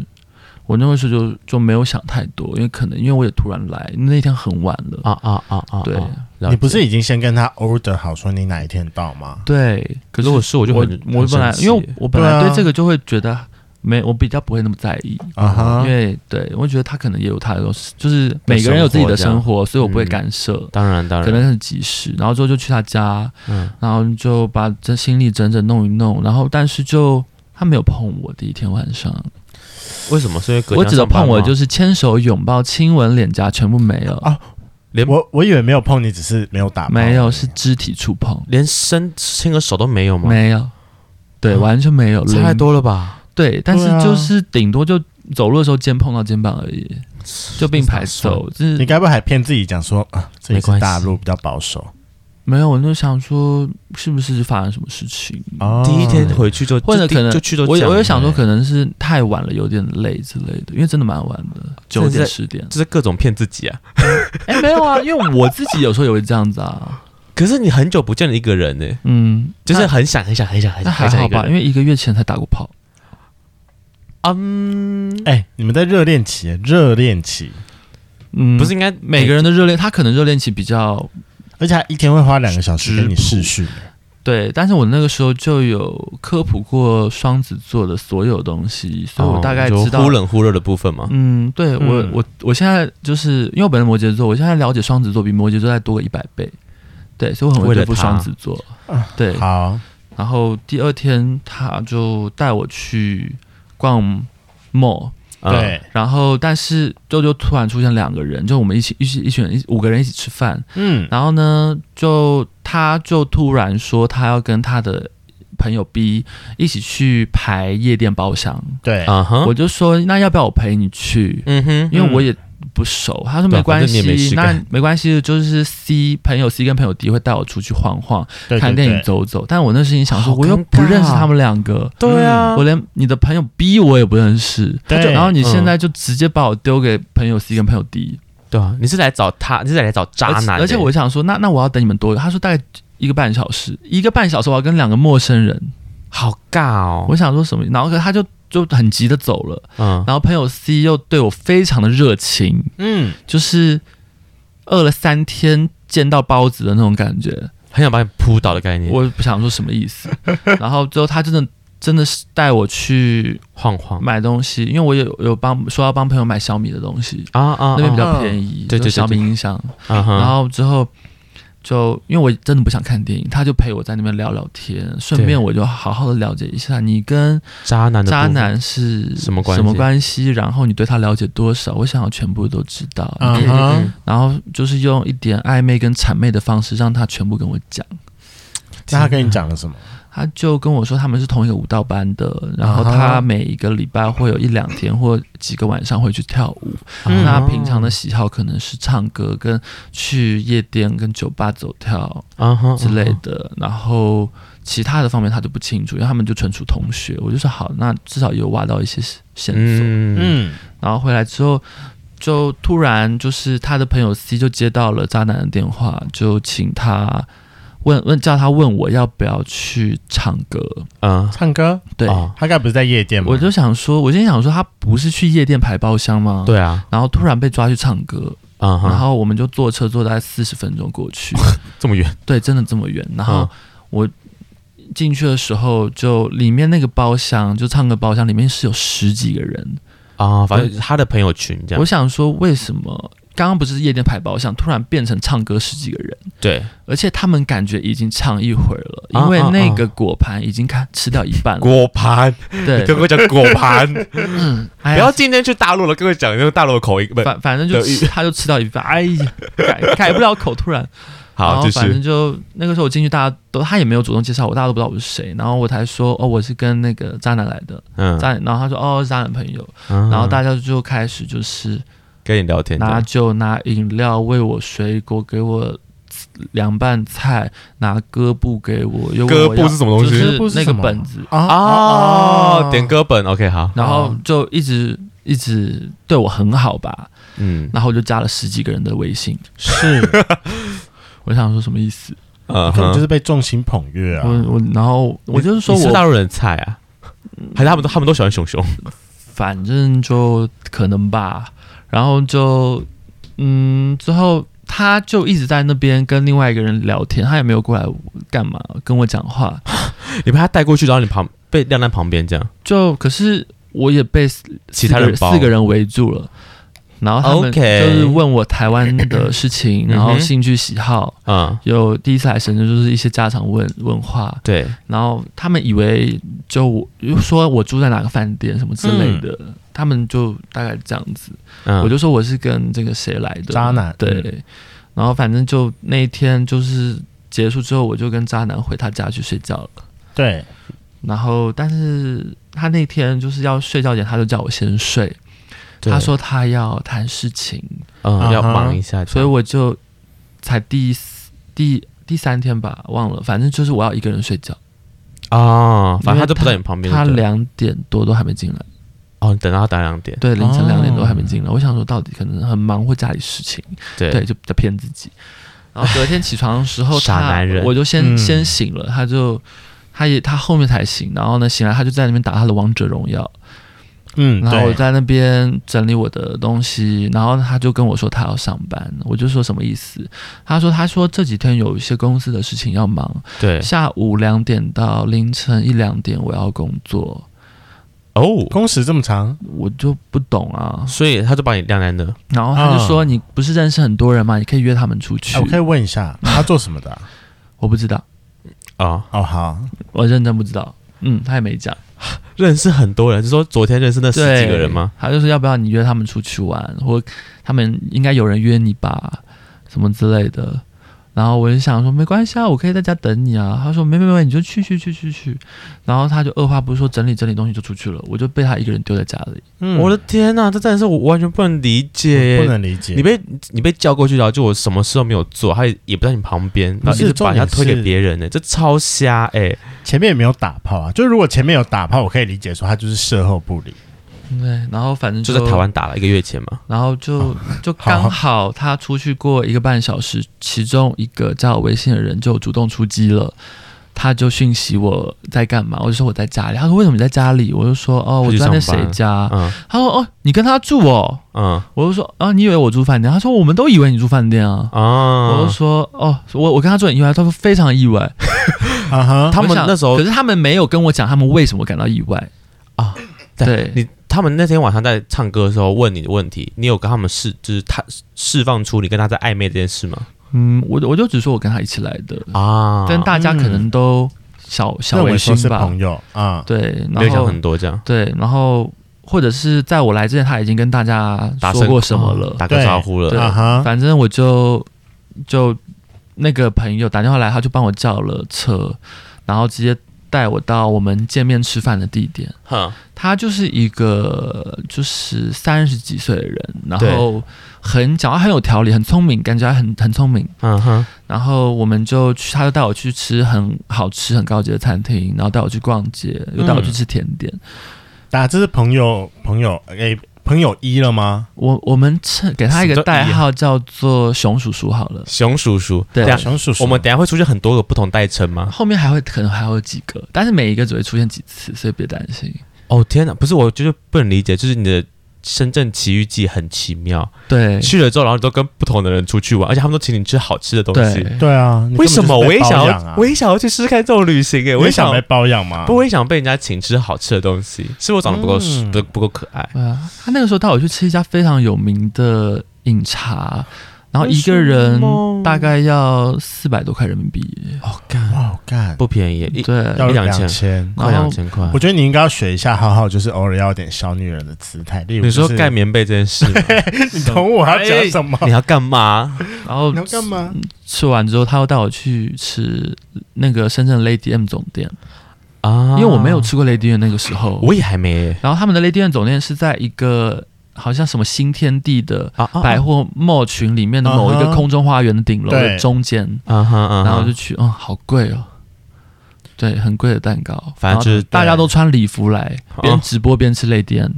我那回事就就没有想太多，因为可能因为我也突然来，那天很晚了。
啊啊啊啊！
对
啊了解
你不是已经先跟他 order 好说你哪一天到吗？
对，可是
如果是我就
我
很
我
很
本来
生气
因为我本来
对啊
对这个就会觉得没，我比较不会那么在意。
啊哈
因，为对我觉得他可能也有他的，就是每个人有自己的生活，所以我不会
嗯
干涉，
当然当然
可能很及时。然后之后就去他家，
嗯
然后就把这心里整整弄一弄，然后但是就他没有碰我。第一天晚上，
为什么？所以
我指的碰我就是是牵手、拥抱、亲吻、脸颊，全部没有，
啊
连
我我以为没有碰你，只是没有打包
没有是肢体触碰，
连伸牵个手都没有吗？
没有，对，
啊
完全没有，
差太
零
多了吧？
对，但是
对啊
就是顶多就走路的时候肩碰到肩膀而已，就并排
啊
走，就是
你该不会还骗自己讲说啊，这里
没关
是
系
大陆比较保守
没有，我就想说是不是发生什么事情？
哦
第一天回去就
或者
就
可能
就去都
我
这样
我有
了
想说，可能是太晚了，有点累之类的，因为真的蛮晚
<laughs>
的，九点
在
十点。
就是各种骗自己啊。
<laughs> 哎、没有啊，因为我自己有时候也会这样子啊。
可是你很久不见了一个人呢，
嗯，
<laughs> 就是
那
很想很想很想很
那
想
还
很想
好
一个
吧，因
人。
为一个月前才打过炮。
嗯，
哎、你们在热恋期，热恋期，
嗯，
不是应该
每个人的热恋，他可能热恋期比较
而且他一天会花两个小时跟你
食谱
试训，
对，但是我那个时候就有科普过双子座的所有东西，所以我大概
哦
知
就
道。
忽冷忽热的部分嘛？
嗯，对我、
嗯
我我现在就是因为我本来摩羯座，我现在了解双子座比摩羯座再多个一百倍，对，所以我很
为
会
了
对付
他
双子座
啊。
对，
好，
然后第二天他就带我去逛 mall，
嗯，
对，
然后但是就就突然出现两个人，就我们一起一起一群人一五个人一起吃饭，
嗯，
然后呢就他就突然说他要跟他的朋友 B 一起去排夜店包厢，
对，
啊哈，
我就说那要不要我陪你去？
嗯哼，
因为我也不熟。他说
对
没关
嗯反正你也没
系
事，
那
干
没关系，就是 C 朋友 C 跟朋友 D 会带我出去晃晃，
对
看电影，走走。但我那时候想说，
好
我又
尴
不
尬啊
认识他们两个。
对啊，
嗯我连你的朋友 B 我也不认识，
对对，
然
嗯
后你现在就直接把我丢给朋友 C 跟朋友 D，
对啊，你是来找他，你是来找渣
而
男
且
的，欸
而且我想说，那那我要等你们多久？他说大概一个半小时，一个半小时我要跟两个陌生人，
好尬哦，
我想说什么？然后可他就就很急的走了，
嗯，
然后朋友 C 又对我非常的热情，
嗯，
就是饿了三天见到包子的那种感觉，
很想把你扑倒的概念，
我不想说什么意思。 <laughs> 然后之后他真的真的是带我去
晃晃
买东西，因为我有有帮说要帮朋友买小米的东西，
啊啊，
那边比
啊
较便宜，
对对对
就是小米音箱。
啊哈，
然后之后就因为我真的不想看电影，他就陪我在那边聊聊天，顺便我就好好的了解一下你跟
渣男的
渣
部分
男是
什么关系
什么关系，然后你对他了解多少，我想要全部都知道。
啊
嗯哼，
然后就是用一点暧昧跟谄媚的方式，让他全部跟我讲。
那他跟你讲了什么？
他就跟我说他们是同一个舞蹈班的，然后
啊哈
他每一个礼拜会有一两天或几个晚上会去跳舞。
嗯
那
啊
他平常的喜好可能是唱歌、跟去夜店、跟酒吧走跳
啊哈
之类的。然后其他的方面他就不清楚，因为他们就纯属同学。我就说好，那至少也有挖到一些线索。
嗯
嗯，
然后回来之后，就突然就是他的朋友 C 就接到了渣男的电话，就请他问问叫他问我要不要去唱歌。
嗯
唱歌，
对，
哦
他该不是在夜店吗？
我就想说，我今天想说他不是去夜店排包厢吗？。
对啊，
然后突然被抓去唱歌，
啊
然
哈，
后我们就坐车坐大概四十分钟过
<laughs>
去，
这么远，
对，真的这么远。然
啊
后我进去的时候，就里面那个包厢，就唱歌包厢里面是有十几个人，
啊，反正他的朋友群这样
我，想说，为什么刚刚不是夜店排包厢，突然变成唱歌十几个人，
对，
而且他们感觉已经唱一会儿了，
啊
因为那个果盘已经看吃掉一半了。
果盘，
对，
跟我讲果 <laughs> 盘，
哎
不
呀
要今天去大陆了，跟我讲用大陆的口音，不， <laughs>
反反正就吃，他就吃到一半，哎呀，改改不了口，突然。然
好，
后
继
反
续
正就那个时候我进去，大家都他也没有主动介绍我，大家都不知道我是谁。然后我才说哦，我是跟那个渣男来的，
嗯，
渣男。然后他说哦，是渣男朋友。
然
然后大家就开始就是
跟你聊天
拿
的，
酒、拿饮料、喂我水果、给我凉拌菜、拿歌布给我，又问
歌
我
布
要
是什么东
就
西？
是那个本子，
啊
哦，点歌本，OK，好，
然后就一直一直对我很好吧。
嗯
然后我就加了十几个人的微信，
是，
我想说什么意思？
嗯
根本就
哼，
是被众星捧月啊
我。我然后我就是说
你是
我
大陆人的菜啊，还是他们都他们都喜欢熊熊？ <laughs>
反正就可能吧，然后就嗯，之后他就一直在那边跟另外一个人聊天，他也没有过来干嘛跟我讲话，
你把他带过去，然后你旁被晾在旁边这样
就可是我也被四
其他人
四个
包
四个人围住了，然后他们就
OK
是问我台湾的事情，
嗯哼
然后兴趣喜好，
嗯，
有第一次来深圳就是一些家常问问话，
对，
然后他们以为就我说我住在哪个饭店什么之类的，他们就大概这样子。
嗯，
我就说我是跟这个谁来的
渣男
对。然后反正就那一天就是结束之后，我就跟渣男回他家去睡觉了。
对，
然后，但是他那天就是要睡觉前，他就叫我先睡。
对
他说他要谈事情，
嗯要
啊哈
忙一下，
所以我就才第四第第三天吧，忘了，反正就是我要一个人睡觉。
啊，反正
因为
他就不在你旁边，
他
对不对
两点多都还没进来。
哦，你等到他打两点，
对，凌晨
哦
两点多还没进来，我想说到底可能很忙或家里事情，
对
对，就比较骗自己。然后隔天起床的时候，
<laughs> 傻
他
男人
我就先、
嗯
先醒了，他就他也他后面才醒，然后呢醒来他就在那边打他的王者荣耀，
嗯，
然后我
对，
在那边整理我的东西，然后他就跟我说他要上班，我就说什么意思？他说他说这几天有一些公司的事情要忙，
对
下午两点到凌晨一两点我要工作，
哦，
工时这么长，
我就不懂啊，
所以他就把你晾在那，
然后他就说：“你不是认识很多人吗？你可以约他们出去。
啊哎，我可以问
<laughs>
一下他做什么的啊？
我不知道，
啊，
哦，好，
我认真不知道。嗯，他也没讲
认识很多人，就说昨天认识那十
对
几个人吗？？
他就说要不要你约他们出去玩，或他们应该有人约你吧，什么之类的。然后我就想说没关系啊，我可以在家等你啊。他说没没没，你就去去去去去。然后他就二话不说整理整理东西就出去了，我就被他一个人丢在家里。
嗯
我的天呐、这真的是我完全不能理解耶，
不能理解，
你被你被叫过去，然后就我什么事都没有做，他也也不在你旁边，然后
不是
一直把人家
重
推
点是
给别人呢、这超瞎哎、
前面也没有打炮啊。就是如果前面有打炮，我可以理解说他就是事后不理。
对，然后反正
就在台湾哦啊打了一个月前嘛，
然后就
<laughs>
就刚好他出去过一个半小时，其中一个加我微信的人就主动出击了。他就讯息我在干嘛，我就说我在家里。他说为什么你在家里？我就说哦，我
他去
住在
上
那
班
谁家。
嗯
他说哦，你跟他住哦。
嗯
我就说啊，你以为我住饭店？他说我们都以为你住饭店啊。我就
啊，
说哦，我我跟他住很意外。他说非常意外。
啊哈，
他们
我想
那时候啊
可是他们没有跟我讲他们为什么感到意外。对
你他们那天晚上在唱歌的时候问你的问题，你有跟他们释就是他释放出你跟他在暧昧这件事吗？
嗯，我我就只说我跟他一起来的，
啊，嗯
但大家可能都小、小
认
微
为说
醺
是
吧
朋。友啊，
对，
没有
然
想
后
很多这样，
对，然后或者是在我来之前，他已经跟大家
打
说
声嗯
过什么了。
打个
对
招呼
对
了，
啊哈，
反正我就就那个朋友打电话来，他就帮我叫了车，然后直接带我到我们见面吃饭的地点。
哼，
他就是一个就是三十几岁的人，然
对
后很讲话很有条理，很聪明，感觉他很很聪明。
嗯哼，
然后我们就去，他就带我去吃很好吃、很高级的餐厅，然后带我去逛街，又带我去吃甜点。
打啊这是朋友朋友诶、朋友一了吗？
我我们称给他一个代号叫做熊叔叔好了，
熊叔叔，
对
这样
熊叔
啊
叔，
我们等一下会出现很多个不同代称吗？
后面还会可能还会有几个，但是每一个只会出现几次，所以别担心。
哦天哪，不是，我就是不能理解，就是你的深圳奇遇记很奇妙，
对
去了之后，然后你都跟不同的人出去玩，而且他们都请你吃好吃的东西。
对，
对啊，你
为什么
根
我
本
也
就是被
想
包
要，
养啊
我也想要去试试看这种旅行诶、欸
我
我
也
也
想
想
被，包养吗？
不，我也想被人家请吃好吃的东西，是我长得不够
嗯
不不够可爱
对啊，他那个时候带我去吃一家非常有名的饮茶，然然后一个
为
人
什么
大概要四百多块人民币，
哦，干
哇，干，
不便宜，一
对，
要
一两千
千。
快
然后
两千块
我。觉得你应该要学一下浩浩，就是偶尔要有点小女人的姿态，例如
你说哎
就是
盖，棉被这件事 <laughs> 吗，
你懂我要讲什么？
你要干嘛？
然后
你要干嘛？
吃完之后，他又带我去吃那个深圳 Lady M 总店，
啊，
因为我没有，吃过 Lady M 那个时候，
我也还没耶
然后他们的 Lady M 总店是在一个好像什么新天地的
啊啊
百货 mall 群里面的某一
啊
个
哈
空中花园的顶楼的
对
中间，
啊哈啊哈，
然后就去，嗯，好贵哦。对，很贵的蛋糕，
反正就是
然后大家都穿礼服来，
哦
边直播边吃 Lady M，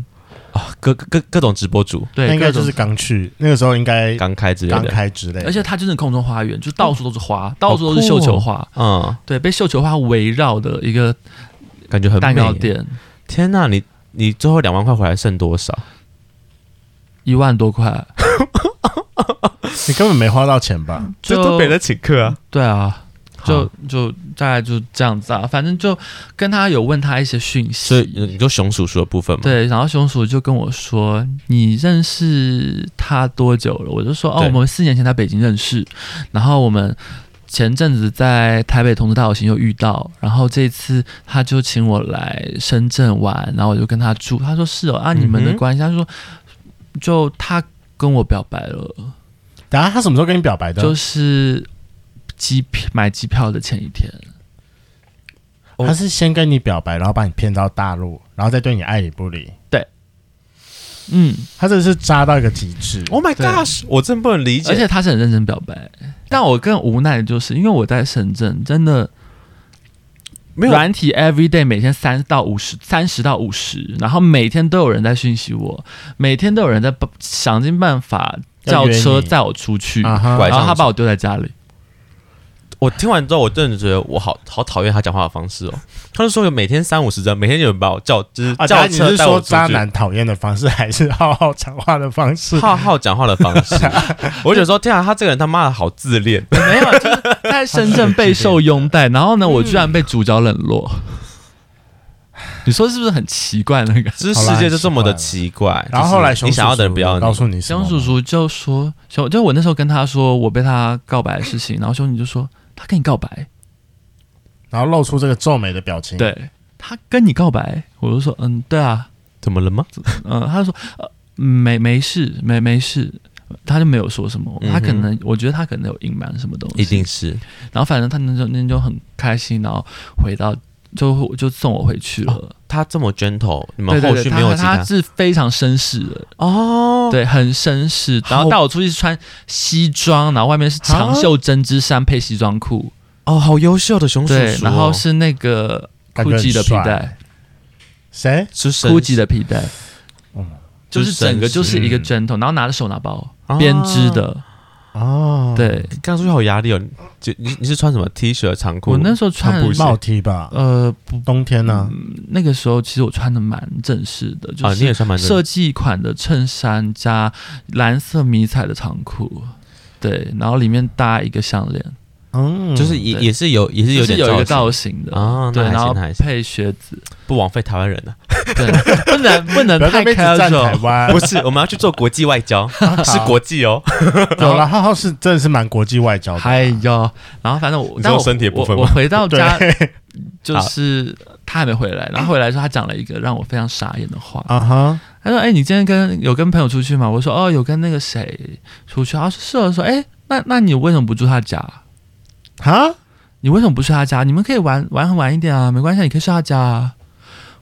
啊各各各种直播主
那
对，
应该
各
就
种
是刚去那个时候，应该
刚开之类
刚
的，
开之类的，
而且它就是空中花园，就到处都是
哦
花，到处都是绣球花，
嗯，
对，被绣球花围绕的一个
感觉很
蛋糕
美耶。
店，
天呐，你你最后两万块回来剩多少？
一万
<laughs>
多块，
你根本没花到钱吧？
这
就
都没得请客啊！
对啊，就
好
就大概就这样子啊，反正就跟他有问他一些讯
所以
息，
你就熊叔叔的部分嘛，
对，然后熊叔就跟我说你认识他多久了？我就说哦，
对
我们四年前在北京认识，然后我们。前阵子在台北同志大游行又遇到，然后这次他就请我来深圳玩，然后我就跟他住。他说是哦，啊你们的
嗯哼
关系，他说就他跟我表白了，
等下他什么时候跟你表白的？
就是机票买机票的前一天，
哦
他是先跟你表白，然后把你骗到大陆，然后再对你爱理不理。
嗯，
他这是渣到一个极致。
，Oh my
对
gosh，我真不能理解。
而且他是很认真表白，但我更无奈的就是，因为我在深圳，真的
没有
软体 every day 每天三到五十，三十到五十，然后每天都有人在讯息我，每天都有人在帮想尽办法
要
叫
约
车
你
载我出去，
啊
然
哈
拐
后他
杖
把我丢在家 <laughs> 里，
我听完之后，我真的觉得我好好讨厌他讲话的方式哦。 <laughs> 他就说有每天三五十张，每天有人把我叫，就是
啊，
叫
等下你
车
是
带我
说
出
渣
去。
男讨厌的方式， <laughs> 还是浩浩讲话的方式？
浩浩讲话的方
<laughs>
式，我就觉得说天啊，他这个人他妈的好自恋。
没有，啊就是在深圳备受拥戴，然后呢，我居然被主角冷落，你说是不是很奇怪那个？
这世界就这么的奇怪。
然后后来
就是
熊
你
叔叔
想要的人不要
告
你，
诉你什么
熊
吗，
叔叔就说：“熊就我那时候跟他说我被他告白的事情，然后熊你就说他跟你告白，
然后露出这个皱眉的表情。，
对他跟你告白，我就说嗯对啊，
怎么了吗？
嗯、他就说呃没没事没没事，他就没有说什么，
嗯哼
他可能、我觉得他可能有隐瞒什么东西，
一定是
然后反正他那就那天就很开心，然后回到就就送我回去了，
他这么 gentle，你
对
们
对
后
对，
续没有
他
其他
他是非常绅士的，
哦。
对，很绅士，然后
好啊
带我出去穿西装，然后外面是长袖针织衫配西装裤，
哦，好优秀的熊叔叔
对
哦，，
然后是那个
感
g
觉很
u 的皮
帅
带
谁？
是神
g u 的皮带
嗯，
哦就
就是
是绅
整个就是一个
士
gentle，然后拿着手拿包
啊
编织的，
哦，，
对
刚出去好有压力哦。就你你是穿什么 T 恤长裤？
我那时候穿
很不
的
行
帽 T 吧。
呃不
冬天呢？
那个时候其实我穿的蛮正式的，就
啊，你也
是
穿蛮正
设计款的衬衫加蓝色迷彩的长裤。对，然后里面搭一个项链，
嗯，
就是也
对
也是有也是有
就是
点
有一个
造型
造型的
啊那
对，
还
然
行
后
那还行
配靴子，
不枉费台湾人呢。
啊对，不能不能
不要在
太
那边只站台
casual，
<laughs>
湾
不。是，我们要去做国际外交，是国际哦。
有了，浩浩是真的是蛮国际外交的。
哎呦，然后反正我，
你
但
说
我
身体的部分
我
吗
我回到
<laughs>
对
家 <laughs> 就是他还没回来，然后回来的时候他讲了一个让我非常傻眼的话，
啊哈，
他说：“哎、你今天跟有跟朋友出去吗？”我说：“哦，有跟那个谁出去。”他说：“是啊。”说：“哎、那那你为什么不住他家？
哈，
你为什么不去他家？你们可以玩玩很晚一点啊，没关系，你可以睡他家啊。”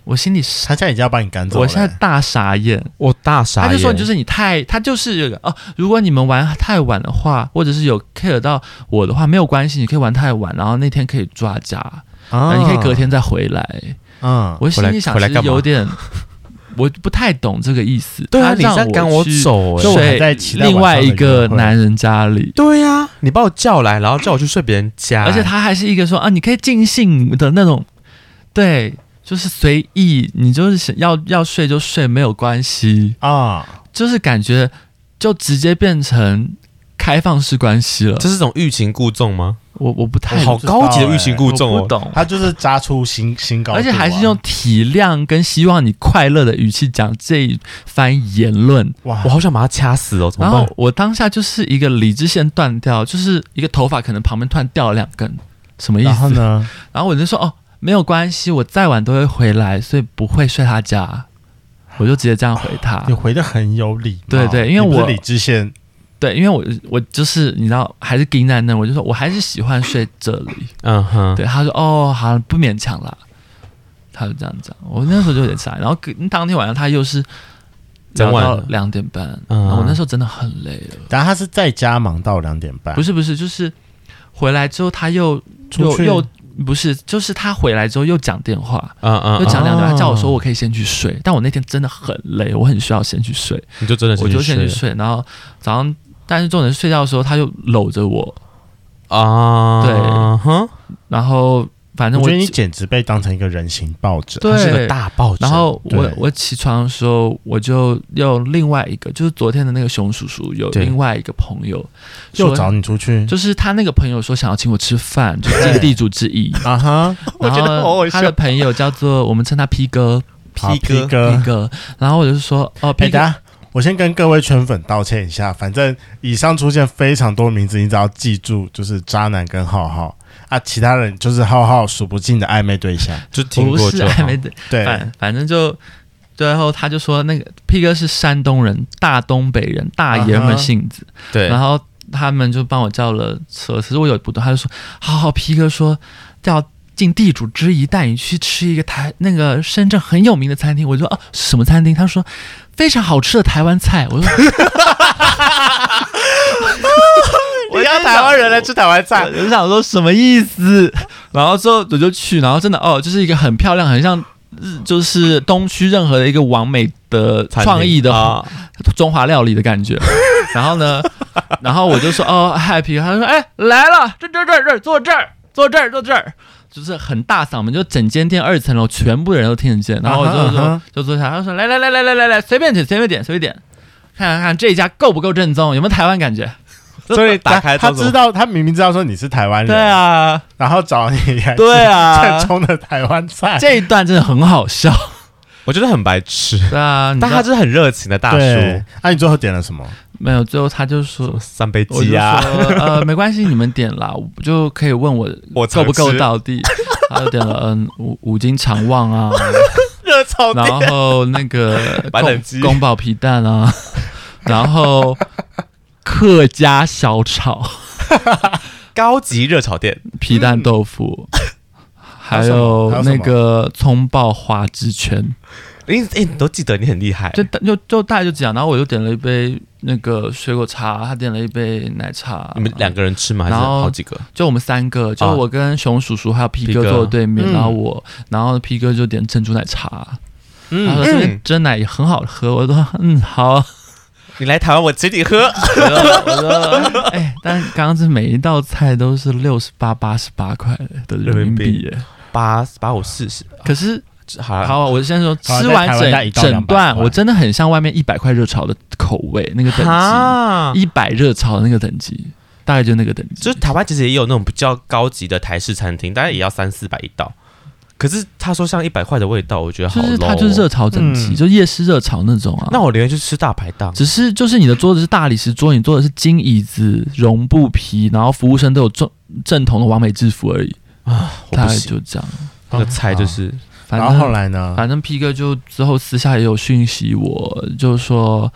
我心里
他
傻，
现在已经要把你赶走了。
我现在大傻眼。
我大傻
他就说，就是是你太，他就是有个哦，如果你们玩太晚的话，或者是有 care 到我的话，没有关系，你可以玩太晚，然后那天可以抓家，
啊
那你可以隔天再回来。
嗯，
我心里想，
啊回来回来
其实
干嘛
有点， <laughs> 我不太懂这个意思。
对啊，
他
你
让
在赶
我
我
去
走
所以我
哎。
还
睡
在期待
另外一
晚上的约
个
会
男人家里。
对呀，你把我叫来，然后叫我去睡别人
哎
家，
而且他还是一个说啊，你可以尽兴的那种，对，就是随意，你就是想要要睡就睡，没有关系，
啊，
就是感觉就直接变成开放式关系了。
这是种欲擒故纵吗？
我我不太
好
懂
高级的欲擒故纵
我不
哦，
懂，
他就是扎出
<laughs>
新新高度啊、
而且还是用体谅跟希望你快乐的语气讲这一番言论。
哇
我好想把他掐死哦，怎
然
么
后
办？
我当下就是一个理智线断掉，就是一个头发可能旁边突然掉了两根，什么意思？
然后呢？
然后我就说哦，没有关系，我再晚都会回来，所以不会睡他家。我就直接这样回
<laughs>
他
你，回的很有理貌，
啊对对因为
你不是
我
理智线
对，因为我我就是你知道还是盯在那，我就说我还是喜欢睡这里。
嗯哼，
对，他说哦，好，不勉强啦。他就这样讲，我那时候就有点傻眼。然后隔当天晚上他又是
整
聊
晚
到
了
两点半，
嗯
然后我那时候真的很累了。
然后他是在家忙到两点
啊
半，
不
是
是不是，就是回来之后他又
出
又
去
又不是，就是他回来之后又讲电话，
嗯嗯嗯，
又讲两句，
哦
他叫我说我可以先去睡，但我那天真的很累，我很需要先去睡，
嗯你就真的是
我就先去
睡
睡。然后早上，但是重点是睡觉的时候他又搂着我，
啊，
对
哼，
然后反正
我
我
觉得你简直被当成一个人形抱枕，
对
他是个大抱枕，
然后我
对
我起床的时候，我就用另外一个，就是昨天的那个熊叔叔有
对
另外一个朋友
又
说，
找你出去，
就是他那个朋友说想要请我吃饭，就是尽地主之谊。
啊哈，
<laughs> 我觉得
然
好
后
好
他
笑
的，朋友叫做我们称他 P 哥
好
P 哥
哥
，P，哥。然后我就说哦
哎，
，P
等
哥，
下。我先跟各位圈粉道歉一下，反正以上出现非常多名字，你只要记住就是渣男跟浩浩啊，其他人就是浩浩数不尽的暧昧对
<laughs>
象。
就
我
听
不
过
是
就好
还没得，
对，
反反正就。最后他就说，那个 P 哥是山东人，大东北人，大爷
啊哈。
们性子。
对，
然后他们就帮我叫了车，可是我有不懂，他就说：“好好，P 哥说要尽地主之谊，带你去吃一个台那个深圳很有名的餐厅。”我就说：“哦，是什么餐厅？”他说：“非常好吃的台湾菜。”我说
我要台湾人来吃台湾菜
我，就想说什么意思？然后之后我就去，然后真的哦，就是一个很漂亮，很像日就是东区任何的一个完美的
餐厅
创意的
啊
中华料理的感觉。 <laughs> 然后呢，然后我就说哦，happy，他说哎来了，这这这这坐这儿，坐这儿，坐这儿。就是很大嗓门，就整间店二层楼全部的人都听得见。然后我就
啊哈
说、
啊哈
就坐下，他说来来来来来来来，随便点随便点随便点，看看看这一家够不够正宗，有没有台湾感觉？ <laughs>
所以打
他
开
他
之后
知道，他明明知道说你是台湾人，
对，啊，
然后找你来吃
对啊
正，宗的台湾菜，
<laughs> 这一段真的很好笑。
我觉得很白痴，
对啊，你知
但他
道
就是很热情的大
对
叔，。
啊那、你最后点了什么？
没有，最后他就说，
三杯
我就
鸡
说
啊，
呃，没关系，你们点啦，我就可以问我
我
够
常
不够
吃
到
<laughs>
地。他就点了嗯五五斤肠旺啊，
热炒
然后那个
白斩
宫
鸡
宫保皮蛋啊，然后客家小炒、
高级热炒店，
皮蛋豆腐，还
还嗯有什么还有
有
什么
那个葱爆花枝圈，
你哎，你都记得，你很厉害
哎
就。大就就大概就这样。然后我就点了一杯那个水果茶，他点了一杯奶茶，
你们两个人吃吗？还是
然后
好几个？
就我们三个，就我跟熊叔叔还有 P
P
哥
哥
坐我对面，
啊嗯
然后我，然后 P 哥就点珍珠奶茶，他
嗯
说，哎这边真奶也很好喝，我说嗯好，
你来台湾，我请你
<laughs>
喝。
我说我说 <laughs> 哎，但刚刚这每一道菜都是六十八八十八块的人民币耶，
八把我试试，
可是
好啦，
好，啊我先说
啊好
吃
在
完
台湾大概一
整
到两百
整段，
块
我真的很像外面一百块热炒的口味那个等级，
啊，
一百热炒的那个等级，大概就那个等级，
就是台湾其实也有那种比较高级的台式餐厅，大概也要三四百一道。可是他说像一百块的味道，我觉得好
就
low 哦、
是它就是热炒等级，
嗯
就夜市热炒那种啊。
那我宁愿去吃大排档。
只是就是你的桌子是大理石桌，你坐的是金椅子、绒布皮，然后服务生都有正正统的完美制服而已，
啊我
大哦
不
概
行，
就这样。
那个菜就是
反
然后后
正
来呢？
反正 P 哥就之后私下也有讯息我，就说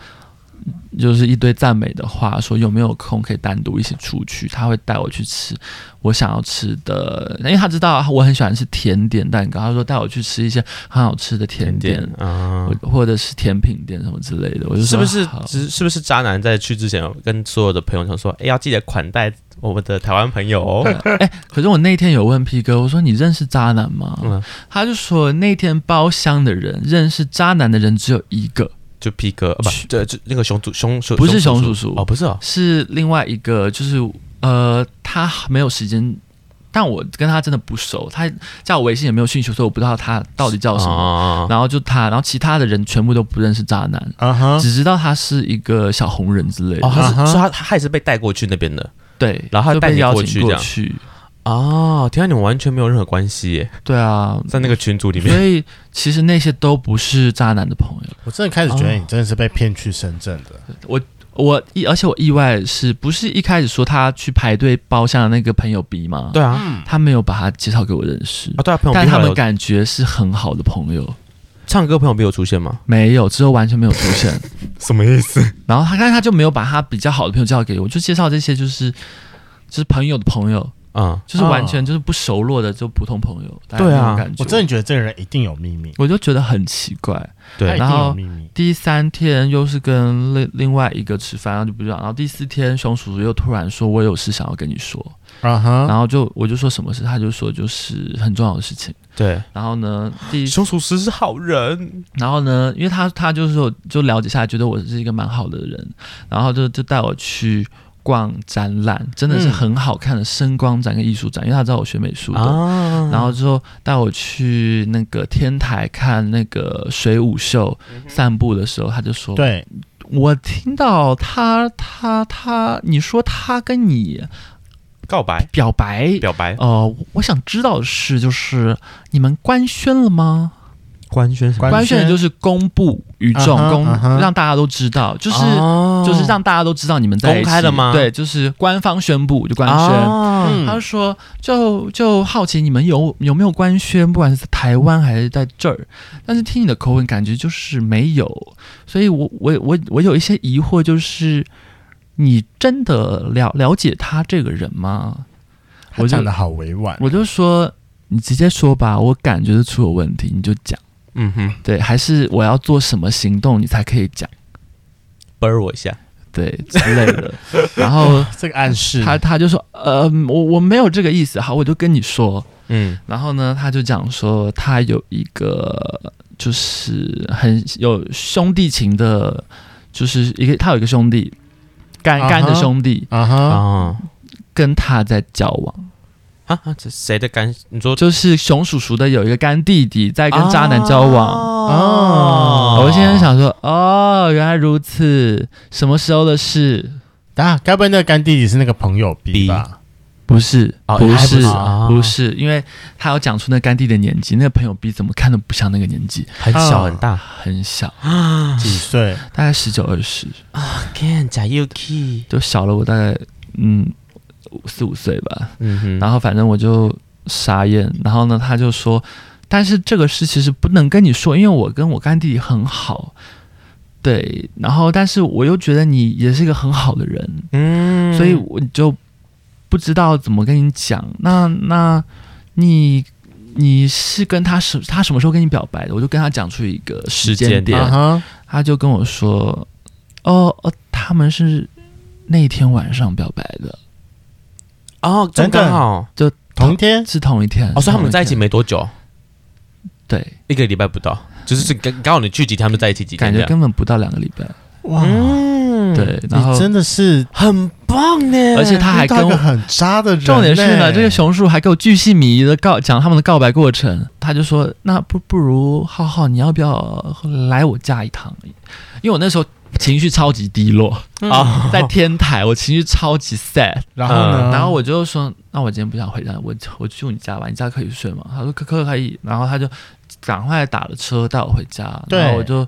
就是一堆赞美的话，说有没有空可以单独一起出去，他会带我去吃我想要吃的，因为他知道我很喜欢吃甜点蛋糕，他说带我去吃一些很好吃的甜点。
啊。
或或者是甜品店什么之类的，我就说
是不是
好
只是不是渣男在去之前有跟所有的朋友讲说，哎、要记得款待我们的台湾朋友
嗯
哦。
可是我那天有问 P 哥，我说你认识渣男吗？
嗯，
他就说那天包厢的人认识渣男的人只有一个，
<laughs> 就 P 哥，啊、不，
去
这这那个熊主熊熊
不是熊
叔
叔叔
哦，不是哦，
是另外一个，就是呃，他没有时间，但我跟他真的不熟，他加我微信也没有讯息，所以我不知道他到底叫什么。
啊
然后就他，然后其他的人全部都不认识渣男，
啊哈，
只知道他是一个小红人之类
嗯
的。
哦，他
啊
是
哈
说他他也是被带过去那边的，
对，
然后他
就
带
被
你
邀
过
请
去这
过
样
去，
啊！天啊，你们完全没有任何关系耶，
对啊，
在那个群组里面
所以其实那些都不是渣男的朋友。
我真的开始觉得
哦
你真的是被骗去深圳的。
我我意，而且我意外是不是一开始说他去排队包厢的那个朋友 B 吗？
对啊，
嗯，
他没有把他介绍给我认识，
啊对啊，朋友
但
B
他
后来
们
有
感觉是很好的朋友，
唱歌朋友 B 有出现吗？
没有，之后完全没有出现。
什么意思？
然后他，但是他就没有把他比较好的朋友介绍给我，就介绍这些就是就是朋友的朋友，
啊、
就是
啊
完全就是不熟络的，就普通朋友。大概
对啊
那种感觉
我真的觉得这个人一定有秘密，
我就觉得很奇怪。
他
对
一定有秘密。
第三天又是跟另另外一个吃饭，然后就不讲。然后第四天，熊叔叔又突然说：“我有事想要跟你说。”
啊哈，
然后就我就说什么事，他就说就是很重要的事情。
对，
然后呢，第
熊厨师是好人，
然后呢，因为他他就是有就了解下来，觉得我是一个蛮好的人，然后就就带我去逛展览，真的是
嗯
很好看的声光展跟艺术展，因为他知道我学美术的。
啊
然后之后带我去那个天台看那个水舞秀，散步的时候他就说，
对，
我听到他他他，你说他跟你
告白
表白，
表白
呃，我我想知道的是，就是你们官宣了吗？
官宣什么
官
官宣
宣
就是公布于众，
啊哈
公
啊哈
让大家都知道，就是、
哦
就是让大家都知道你们在一起
公开了吗
对，就是官方宣布就官宣。
啊
嗯
他就说，就就好奇你们有有没有官宣，不管是在台湾还是在这儿，但是听你的口吻，感觉就是没有，所以我我我我有一些疑惑，就是你真的了了解他这个人吗？
我
我就
讲的好委婉。
我就说你直接说吧，我感觉得出有问题，你就讲。
嗯哼，
对，还是我要做什么行动你才可以讲，
啵儿我一下，
<laughs>
对之类的。然后
这个暗示，
他他就说，呃，我我没有这个意思，好，我就跟你说。
嗯
然后呢，他就讲说他有一个就是很有兄弟情的，就是一个他有一个兄弟，干
啊哈
干的兄弟
啊哈，
啊
跟他在交往，
啊，啊这谁的干？你说
就是熊叔叔的有一个干弟弟在跟渣男交往。
啊
我现在想说，哦，原来如此，什么时候的事？
啊，该不会那个干弟弟是那个朋友 B
B
吧？
不是，
哦
不
原来不
是，
是啊
不是，因为他要讲出那干弟的年纪，那个朋友 B 怎么看都不像那个年纪，
很小很大
很小，
啊
几岁？
大概十九二十，
，Can 假 Yuki，
就小了我大概嗯五四五岁吧。
嗯哼，
然后反正我就傻眼，然后呢，他就说，但是这个事其实不能跟你说，因为我跟我干弟弟很好，对，然后但是我又觉得你也是一个很好的人，
嗯
所以我就不知道怎么跟你讲。那那你你是跟他什他什么时候跟你表白的？我就跟他讲出一个时
时间
间点，
点
啊哈，
他就跟我说，哦哦，他们是那天晚上表白的，
哦，这么
等等
刚好，
同天
是同一天。
哦，所以他们在一起
同天
没多久，
对，
一个礼拜不到，就是是刚刚好你去几天，他们在一起几天
感
这
觉
样，
根本不到两个礼拜。
哇，
嗯，
对，然
你
后
真的是
很棒呢，
而且他还
遇到
跟
一个
我。
很渣的人。
重点是呢，这个，熊叔还给我巨细靡遗的告讲他们的告白过程。他就说：“那不不如浩浩，你要不要来我家一趟？”因为我那时候情绪超级低落，
啊，
<laughs> 在天台我情绪超级 sad，、
然后呢？
嗯然后我就说：“那我今天不想回家，我我去你家吧，你家可以睡吗？”他说：“可可可以。”然后他就赶快打了车带我回家，
对
然后我就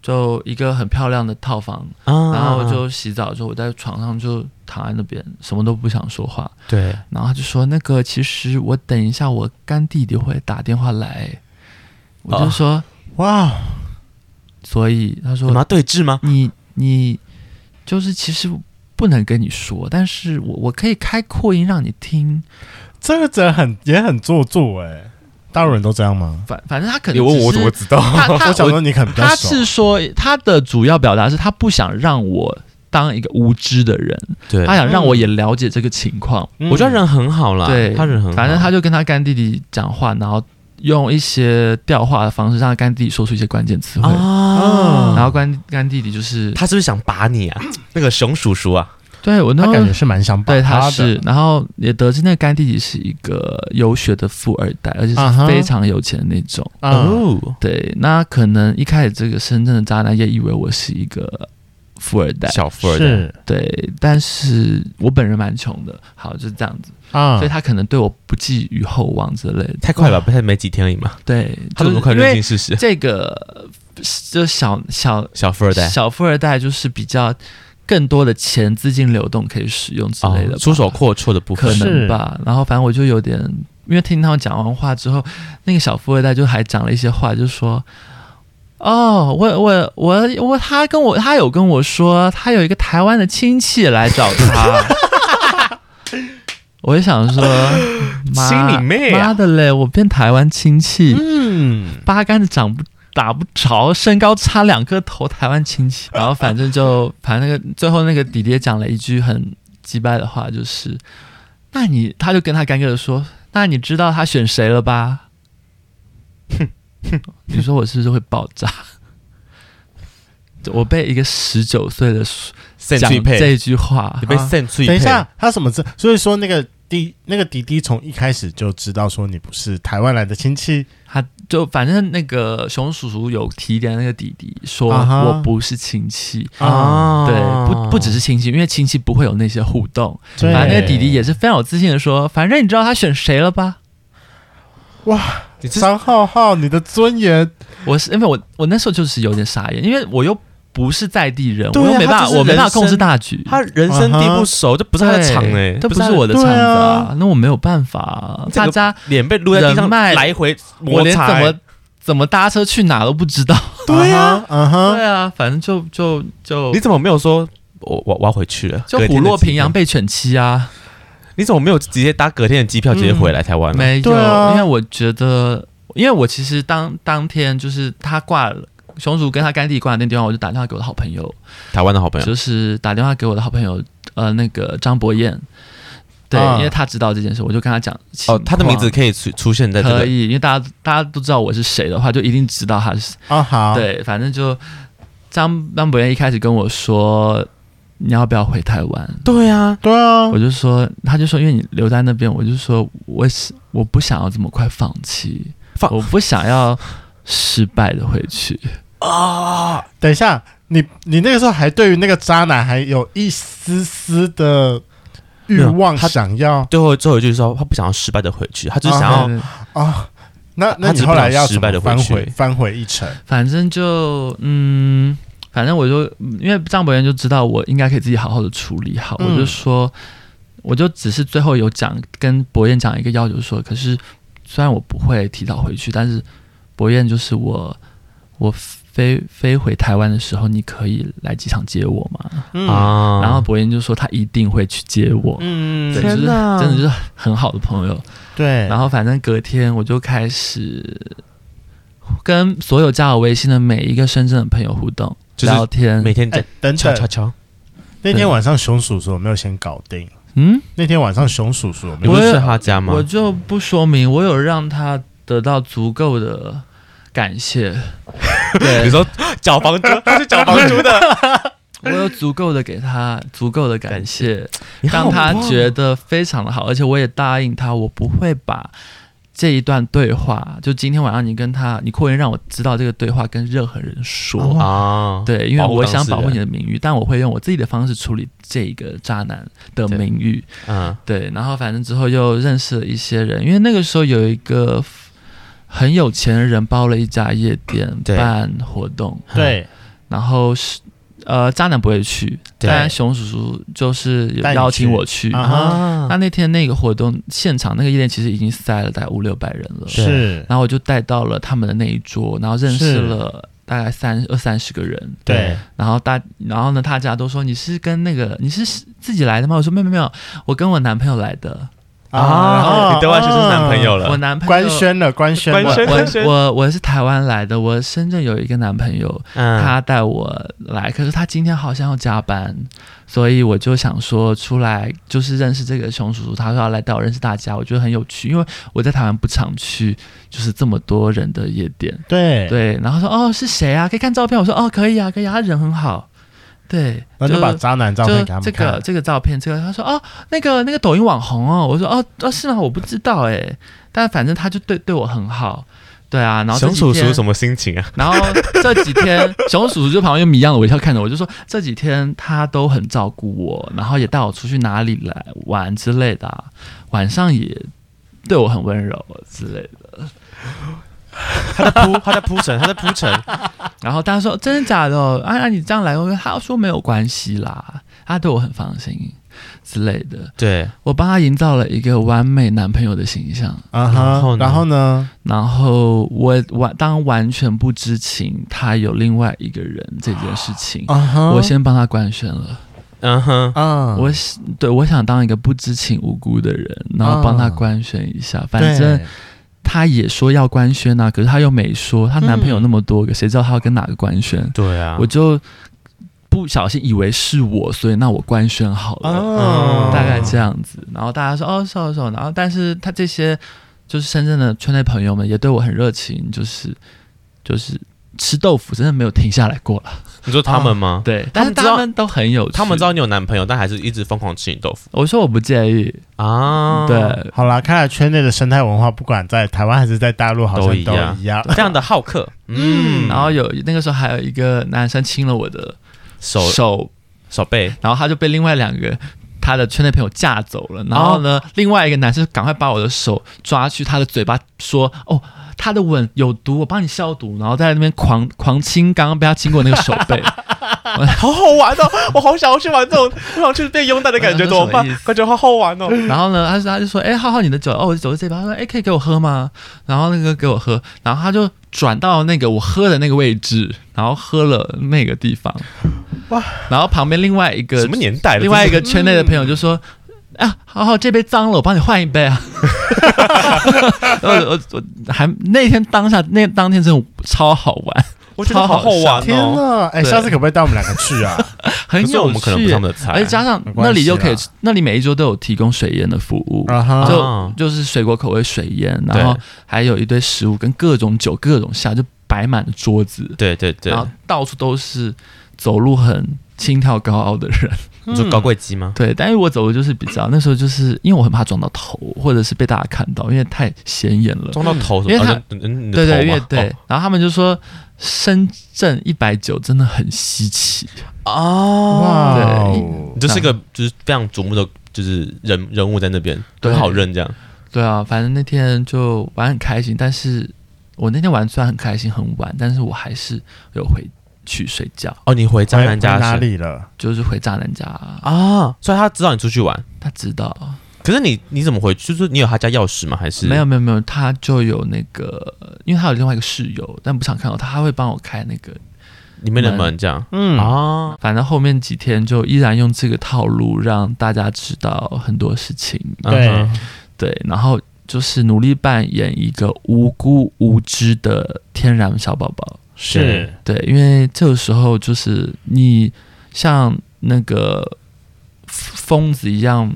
就一个很漂亮的套房，然
然
后我就洗澡之后，我在床上就躺在那边，什么都不想说话。
对，
然后他就说：“那个，其实我等一下，我干弟弟会打电话来。”我
哦
就说：“
哇，
所以他
我们
说
要对峙吗？
你你就是其实不能跟你说，但是我我可以开扩音让你听。
这个人很也很做作哎，大陆人都这样吗？
反反正他可能
你问
只
我
是
怎么知道？
他他
我想说你可能比较
他
熟
是说他的主要表达是他不想让我当一个无知的人，
对
他想让我也了解这个情况。”
嗯
哎我觉得人很好啦，
对，
他人很好，
反正他就跟他干弟弟讲话，然后用一些调话的方式让他干弟弟说出一些关键词
哦
汇，
啊，
然后干干弟弟就是
他是不是想把你啊？ <clears throat> 那个熊叔叔啊，
对我那
他
时
感觉
候
是蛮想把
对
他
他
的
是，然后也得知那个干弟弟是一个游学的富二代，而且
啊哈
是非常有钱的那种。
嗯
哦，
对，那可能一开始这个深圳的渣男也以为我是一个富二代，
小富二代，
是
对，但是我本人蛮穷的，好就是这样子，
啊
所以，他可能对我不寄予厚望之类的，
太快了，不才没几天而已嘛，
对，
他怎么快
就是
认
因
清
为
事实？
这个就小小
小富二代
小富二代就是比较更多的钱资金流动可以使用之
哦
类的吧，
出手阔绰的部
可
分，
能吧。然后反正我就有点，因为听他们讲完话之后，那个小富二代就还讲了一些话，就说。哦，我我我我，他跟我他有跟我说，他有一个台湾的亲戚来找他， <laughs> 我就想说，妈
心里妹啊
妈的嘞，我变台湾亲戚，
嗯，
八竿子长不打不着，身高差两个头，台湾亲戚。然后反正就，反正那个最后那个弟弟也讲了一句很鸡掰的话，就是，那你他就跟他干哥说，那你知道他选谁了吧？ <laughs> 你说我是不是会爆炸？我被一个十九岁的
肾
讲
最配，
这句话
你，被
啊
肾最配，
等一下，他什么字？所以说那个弟那个弟弟从一开始就知道说你不是台湾来的亲戚，
他就反正那个熊叔叔有提点那个弟弟说，
啊哈
我不是亲戚，
啊，
对，不不只是亲戚，因为亲戚不会有那些互动。
对
反正那个弟弟也是非常有自信的说，反正你知道他选谁了吧？
你这
张浩浩，你的尊严，
我是因为我我那时候就是有点傻眼，因为我又不是在地人，
对啊
我又没办
他
法，
就是
我没办
人
法
生
控制大局。
他人生地不熟，这不是他的场哎，
这不
他
是
的
我的场子
对
啊，那我没有办法啊，
这个
大家
脸被撸在地上
人脉
来回
我
摩
连
擦
怎
欸，
么怎么搭车去哪都不知道。
对呀，嗯哼，
对啊，反正就就就
你怎么没有说哦我我我要回去了？
就
隔
虎
天的
落
机
平阳
票，
被犬欺啊。
你怎么没有直接搭隔天的机票直接回来台湾了？
没有，
对啊
因为我觉得，因为我其实当当天就是他挂了。熊叔跟他干弟挂的那电话，我就打电话给我的好朋友，
台湾的好朋友，
就是打电话给我的好朋友，呃，那个张博彦，对，
啊
因为他知道这件事，我就跟他讲
哦
情况。，
他的名字可以出出现在这
可
个
以，因为大家大家都知道我是谁的话，就一定知道他是
啊好，
对，反正就张张博彦一开始跟我说你要不要回台湾，
对啊，
对啊
我，就说，他就说，因为你留在那边，我就说，我是我不想要这么快放弃，
放
我不想要失败的回去。
等一下，你你那个时候还对于那个渣男还有一丝丝的欲望
没有他
想要
最后最后一句说他不想要失败的回去，他就是想要
对对对
啊。那那
他只
你
是
后来要
不想失败地
怎么翻
回去
回翻回一程，
反正就嗯，反正我就嗯因为张博元就知道我应该可以自己好好的处理好，
嗯
我就说，我就只是最后有讲跟博彦讲一个要求说，可是虽然我不会提早回去，但是博彦就是我我飞飞回台湾的时候，你可以来机场接我吗？
嗯
啊，
然后博彦就说他一定会去接我，
嗯
对，就是
天哪
真的就是很好的朋友。
对，
然后反正隔天我就开始跟所有加我微信的每一个深圳的朋友互动、
就是
聊天。
每天在
哎等
敲敲
等，
敲，
那天晚上熊叔叔有没有先搞定？
嗯，
那天晚上熊叔叔有没
你
有
不
我
是
也
睡他家吗
我？就不说明，我有让他得到足够的感谢。
<laughs> 你 <laughs>
对，
说缴房租，他是缴房租的，
我有足够的给他足够的感谢。
你好
让他
棒啊
觉得非常的好，而且我也答应他，我不会把这一段对话，就今天晚上你跟他，你扩音让我知道这个对话跟任何人说。
啊，
对，因为
保护
我
当
想
事
保护
人
你的名誉，但我会用我自己的方式处理这个渣男的
对
名誉。
嗯，
对，然后反正之后又认识了一些人，因为那个时候有一个很有钱的人包了一家夜店
对
办活动，
嗯
对，
然后是呃渣男不会去，
对
但熊叔叔就是有
带你
邀请
去
我去，
啊
啊
那，那天那个活动现场那个夜店其实已经塞了大概五六百人了，
是，
然后我就带到了他们的那一桌，然后认识
是
了大概三二三十个人，
对，
然后大然后呢，大家都说你是跟那个你是自己来的吗？我说没有没有，我跟我男朋友来的，
啊，你对外就是男朋友
我
了，
男朋友
官。宣了，官宣
官
了
宣，
我我我是台湾来的，我深圳有一个男朋友，
嗯，
他带我来，可是他今天好像要加班，所以我就想说出来就是认识这个熊叔叔，他说要来带我认识大家，我觉得很有趣，因为我在台湾不常去，就是这么多人的夜店，
对，
对，然后说哦是谁啊，可以看照片，我说哦可以啊可以啊，他人很好，对，
然后就把渣男照片
就
给他
这
们
个
看，
这个照片，这个他说哦，那个那个抖音网红哦，我说哦哦是吗？我不知道哎，但反正他就对对我很好，对啊，然后这
熊
几
叔叔
天
什么心情啊？
然后这几天，熊叔叔就旁边用谜一样的微笑看着我，就说这几天他都很照顾我，然后也带我出去哪里来玩之类的啊、晚上也对我很温柔之类的。
他在铺，他在铺陈，他在铺陈。然
然后大家说真的假的哦？啊，啊你这样来，我说他说没有关系啦，他对我很放心之类的。
<laughs> 对，
我帮他营造了一个完美男朋友的形象，
啊
然
哈
后，呢
然后呢？
然后我完当完全不知情他有另外一个人这件事情，
啊哈，
我先帮他官宣了。
嗯哼，
啊，
我是对我想当一个不知情无辜的人，然后帮他
啊
官宣一下。
对
反正他也说要官宣啊，可是他又没说，她男朋友那么多个，谁知道他要跟哪个官宣？
对啊，
我就不小心以为是我，所以那我官宣好了，
啊，
嗯大概这样子。然后大家说哦，是哦，是哦。然后但是他这些就是深圳的圈内朋友们也对我很热情，就是就是。吃豆腐真的没有停下来过了，
你说他们吗？
对，
他
但
们
是
知道
他们都很有趣，
他们知道你有男朋友，但还是一直疯狂吃你豆腐
我说我不介意，
啊？
对，
好啦，看来圈内的生态文化，不管在台湾还是在大陆，好像
都
都
一样
一样。
这样的好客，嗯，
然后有那个时候还有一个男生亲了我的
手
手，
手背，
然后他就被另外两个他的圈内朋友架走了。然
哦
后呢，另外一个男生赶快把我的手抓去他的嘴巴，说：“哦，他的吻有毒，我帮你消毒。”然后在那边狂狂亲刚刚被他亲过那个手
<laughs>
背。
好好玩 <laughs> 哦！我好想要去 <laughs> 玩这种，我想去变慵懒的感觉，
嗯
呃怎么办
什么意？思
感觉好好玩哦！
然后呢，他说他就说：“哎，浩浩，你的酒哦，我的酒是这杯。”他说：“哎，可以给我喝吗？”然后那个给我喝，然后他就转到那个我喝的那个位置，然后喝了那个地方。
哇！
然后旁边另外一个
什么年代啊了？
另外一个圈内的朋友就说。
哎
啊，好好，这杯脏了，我帮你换一
<laughs>
杯啊！我我我还那天当下那当天真的超好玩，
我觉得好好玩
<laughs> 天
哦！
呐，哎，
对
下次可不可以带我们两个去
<laughs>
啊？
很
可
有
是
趣。
我们可能不是他们的菜
而且加上
没关系
那里又可以
啦，
那里每一桌都有提供水烟的服务，
啊哈，
啊
就就是水果口味水烟，
对
然后还有一堆食物跟各种酒、各种虾，就摆满了桌子，
对对对
然，后到处都是走路很轻佻高傲的人。
你说高贵鸡吗？
对，但是我走的就是比较那时候就是因为我很怕撞到头，或者是被大家看到，因为太显眼了。
撞到头什么？
因为他
啊嗯嗯，你的
对对，
头
因
吗
为对，然后他们就说深圳一百九真的很稀奇，
哦，
哇
对
哦
你，就是个就是非常瞩目的，就是人人物在那边，
对
很好认这样。
对啊，反正那天就玩很开心，但是我那天玩虽然很开心很晚，但是我还是有回去睡觉，
哦，你回渣男
回哪
家去
里了？
就是回渣男家，
啊？所以他知道你出去玩，
他知道
可是你你怎么回去？就是你有他家钥匙吗？还是
没有？没有没有，他就有那个，因为他有另外一个室友，但不常看到他，他会帮我开那个
里面的门
门
这样
嗯，
啊？
反正后面几天就依然用这个套路让大家知道很多事情，
对
嗯哼
对，然后就是努力扮演一个无辜无知的天然小宝宝，
是
对，因为这个时候就是你像那个疯子一样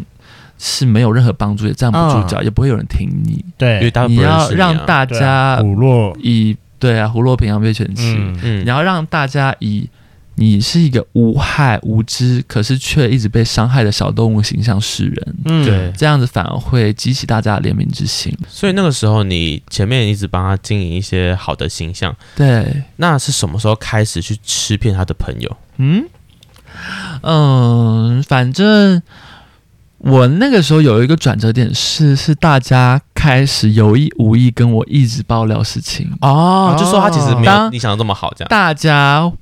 是没有任何帮助，也站不住脚，也不会有人听你，
因为
对，
大家
你
不认识
要让
啊
大家
虎落，
以对啊，胡萝卜一样被犬欺。
嗯，
嗯
你要让大家以你是一个无害、无知，可是却一直被伤害的小动物形象示人，
嗯，
对，
这样子反而会激起大家的怜悯之心。
所以那个时候你前面一直帮他经营一些好的形象，
对，
那是什么时候开始去吃遍他的朋友？
嗯嗯，反正我那个时候有一个转折点是，是大家开始有意无意跟我一直爆料事情，
哦就说他其实没有
当
你想的这么好，这样
大家。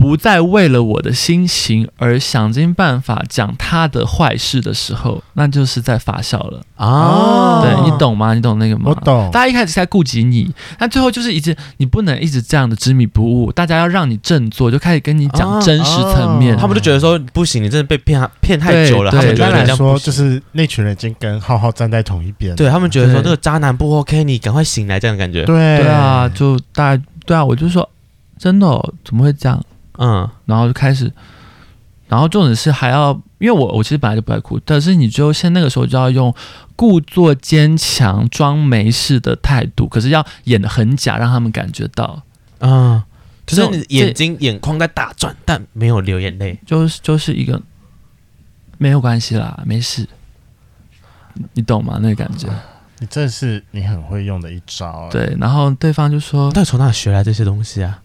不再为了我的心情而想尽办法讲他的坏事的时候，那就是在发酵了。
哦
对你懂吗？你懂那个吗？
我懂
大家一开始在顾及你，但最后就是一直你不能一直这样的执迷不悟，大家要让你振作，就开始跟你
啊哦
讲真实层面。
他们就觉得说不行，你真的被骗他骗太久了，
对
他们
简
觉
单
得
来
这样不
说，
行
就是那群人已经跟浩浩站在同一边了。
对他们觉得说
对
这个渣男不 OK，你赶快醒来这样的感觉。
对
对
哎
啊，，就大家对啊，我就说真的、哦、怎么会这样？
嗯，
然后就开始，然后重点是还要，因为我我其实本来就不爱哭，但是你就现那个时候就要用故作坚强、装没事的态度，可是要演的很假，让他们感觉到。
啊，就是
这
你
种
眼睛眼眶在打转，但没有流眼泪。
就是就是一个没有关系啦，没事，你懂吗？那个感觉，
你这是你很会用的一招、欸。
对，然后对方就说
到底从哪学来这些东西啊？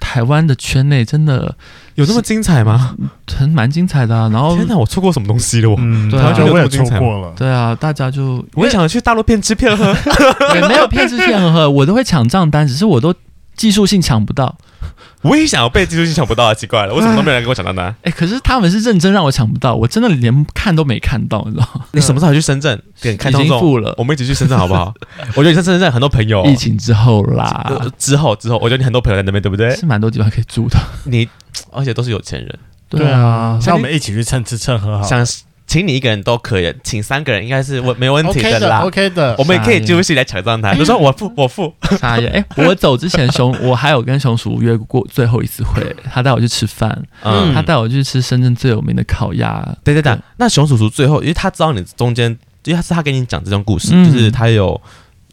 台湾的圈内真的
有那么精彩吗？
很蛮精彩的、啊，然后
天哪，我错过什么东西了？我、
嗯，
对啊
就我也错过了。
对啊，大家就
我也想去大陆骗吃骗喝，
<laughs> 也没有骗吃骗喝，我都会抢账单，只是我都技术性抢不到。
<laughs> 我也想要被技术性抢不到啊，奇怪了，为什么都没有人跟我抢到呢？
哎、可是他们是认真让我抢不到，我真的连看都没看到，你知道吗？
你什么时候去深圳？点开
已
通
经
中，
付了，
我们一起去深圳好不 <laughs> 好？我觉得你在深圳很多朋友、
疫情之后啦
呃，之后之后，我觉得你很多朋友在那边，对不对？
是蛮多地方可以住的。
你而且都是有钱人，
对啊，
像
那我们一起去蹭吃蹭喝好了。
想请你一个人都可以，请三个人应该是我没问题
OK
啦。哦
，OK 的。
我们也可以就是来抢账台，就说我付我付，
傻眼！哎、我走之前熊，我还有跟熊叔约过最后一次会，他带我去吃饭，
嗯，
他带我去吃深圳最有名的烤鸭。
对对对，那熊叔叔最后，因为他知道你中间，因为他是他跟你讲这段故事，
嗯
就是他有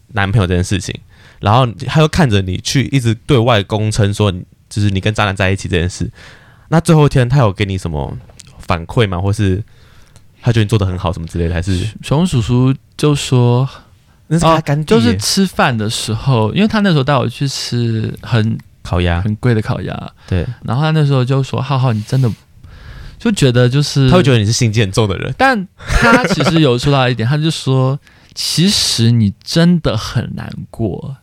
男朋友这件事情，然后他又看着你去一直对外公称说你，就是你跟渣男在一起这件事。那最后一天，他有给你什么反馈吗？或是他觉得你做的很好什么之类的？还是
熊叔叔就说，
那是他干爹、
哦就是吃饭的时候，因为他那时候带我去吃很
烤鸭？
很贵的烤鸭，
对，
然后他那时候就说：“浩浩，你真的就觉得就是
他会觉得你是心机很重的人。
但他其实有说到一点，他就说， <laughs> 其实你真的很难过，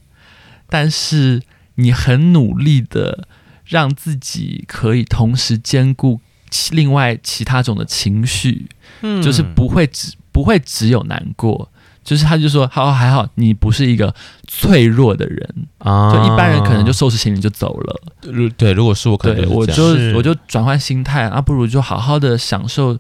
但是你很努力的让自己可以同时兼顾其另外其他种的情绪，
嗯
就是不会只不会只有难过。就是他就说，好还好，你不是一个脆弱的人，
啊
嗯就一般人可能就收拾行李就走了。
如对，如果是我可能
对，
就是
我
这样
就是我就转换心态啊，不如就好好的享受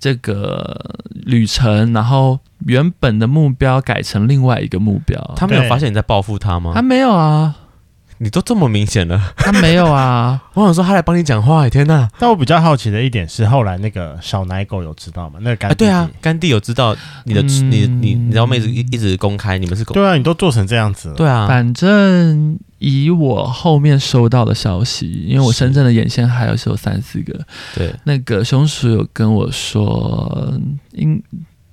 这个旅程，然后原本的目标改成另外一个目标。
他没有
对
发现你在报复他吗
他？没有啊，
<laughs> 你都这么明显了，
他没有啊，
我想说他来帮你讲话，哎天哪！
但我比较好奇的一点是，后来那个小奶狗有知道吗？那个干
啊，
弟
对
弟
啊，，甘地有知道你的、
嗯
你你你知道妹子一一直公开你们是公
对啊，你都做成这样子了，
对啊，
反正以我后面收到的消息，因为我
是
深圳的眼线还有是有三四个，
对
那个凶手有跟我说，应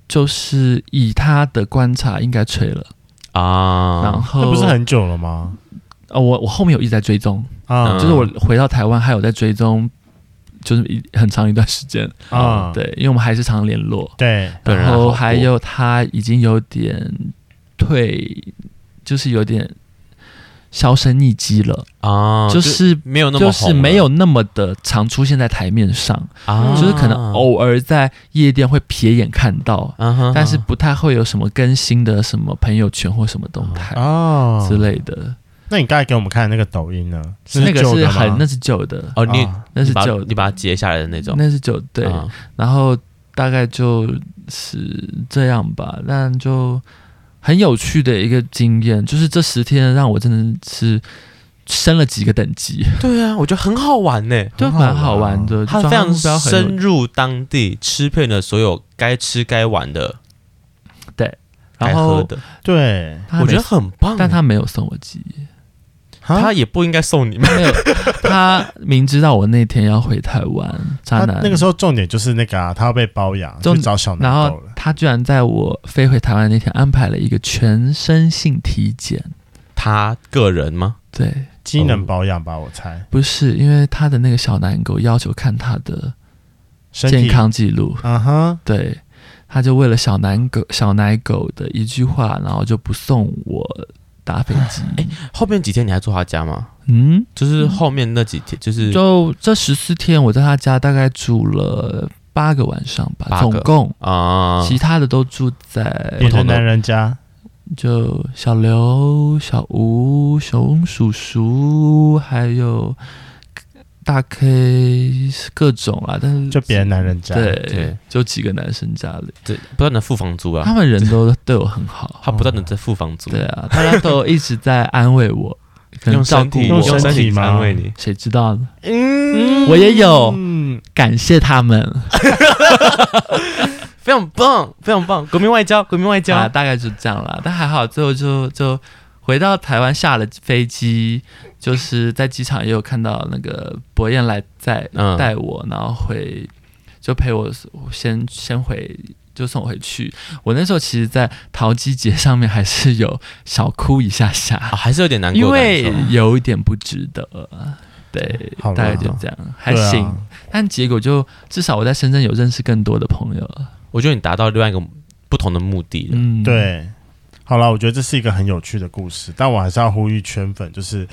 就是以他的观察应该吹了，然
啊，
后
那不是很久了吗？
呃、我我后面有一直在追踪。
啊
嗯
就是我回到台湾还有在追踪，就是一很长一段时间，
啊，
<laughs> 对，因为我们还是常联络，
对，
本嗯人
然
还好
后
过
还有他已经有点退，就是有点销声匿迹了，
啊，
就
就是没有那么
就是
红了
没有那么的常出现在台面上，
啊，
就是可能偶尔在夜店会瞥眼看到，
啊哈，
但是不太会有什么更新的什么朋友圈或什么
啊
动态
哦
之类的，
那你刚才给我们看的那个抖音呢？
那个
旧
是
的吗
很那是旧的，
哦你
啊
那
你
是
把
旧的
你。把它截下来的那种，
那是九对，
啊
然后大概就是这样吧，但就很有趣的一个经验，就是这十天让我真的是升了几个等级，
对啊，我觉得很好玩呢。
就
很好玩
蛮好玩的，
他
就
非
抓
常
目标很有
深入当地吃遍了所有该吃该玩的、该
然
喝
后
的，
对，
他没
我觉得，很棒。啊
但他没有送我鸡，
他
他
也不应该送你们， <laughs>
没有，他明知道我那天要回台湾，渣
他
男
那个时候重点就是那个啊，他要被包养，
重
去找小奶
然
狗
后
了。
他居然在我飞回台湾那天安排了一个全身性体检，
他个人吗？
对，
机能保养吧，我猜
不是因为他的那个小奶狗要求看他的
身体
健。康记录，
嗯哼，
对，他就为了小奶狗小奶狗的一句话，然后就不送我搭飞机。
后面几天你还住他家吗？
嗯，
就是后面那几天，就是
就这十四天，我在他家大概住了八个晚上吧，
八个
总共，
啊，
其他的都住
别
在
同的
的男人家
就小刘、小吴、熊叔叔，还有大 K 各种啦，但是
就别的男人家，
嗯对
对
就几个男生家里，
对，不断的付房租啊，
他们人都对我很好。
他不断的在付房租，
对啊，大家都一直在安慰我，可能
用
照
身
顾
体啊
用
我，
身体吗
安慰你。
谁知道呢？
嗯，
我也有
嗯，
感谢他们
非常棒，非常棒，国民外交，国民外交。
啊，大概就这样啦。但还好，最后就就回到台湾，下了飞机，就是在机场也有看到那个博彦来在
嗯
带我，然后回就陪我先先回。就送回去。我那时候其实，在陶机节上面还是有小哭一下
啊，
下，
还是有点难
因
过的感受。
为有一点不值得。对，
好啦
大概就这样，还
对啊
行。但结果就至少我在深圳有认识更多的朋友了。
我觉得你达到另外一个不同的目的了。
嗯，，
对，好了，我觉得这是一个很有趣的故事，但我还是要呼吁圈粉，就是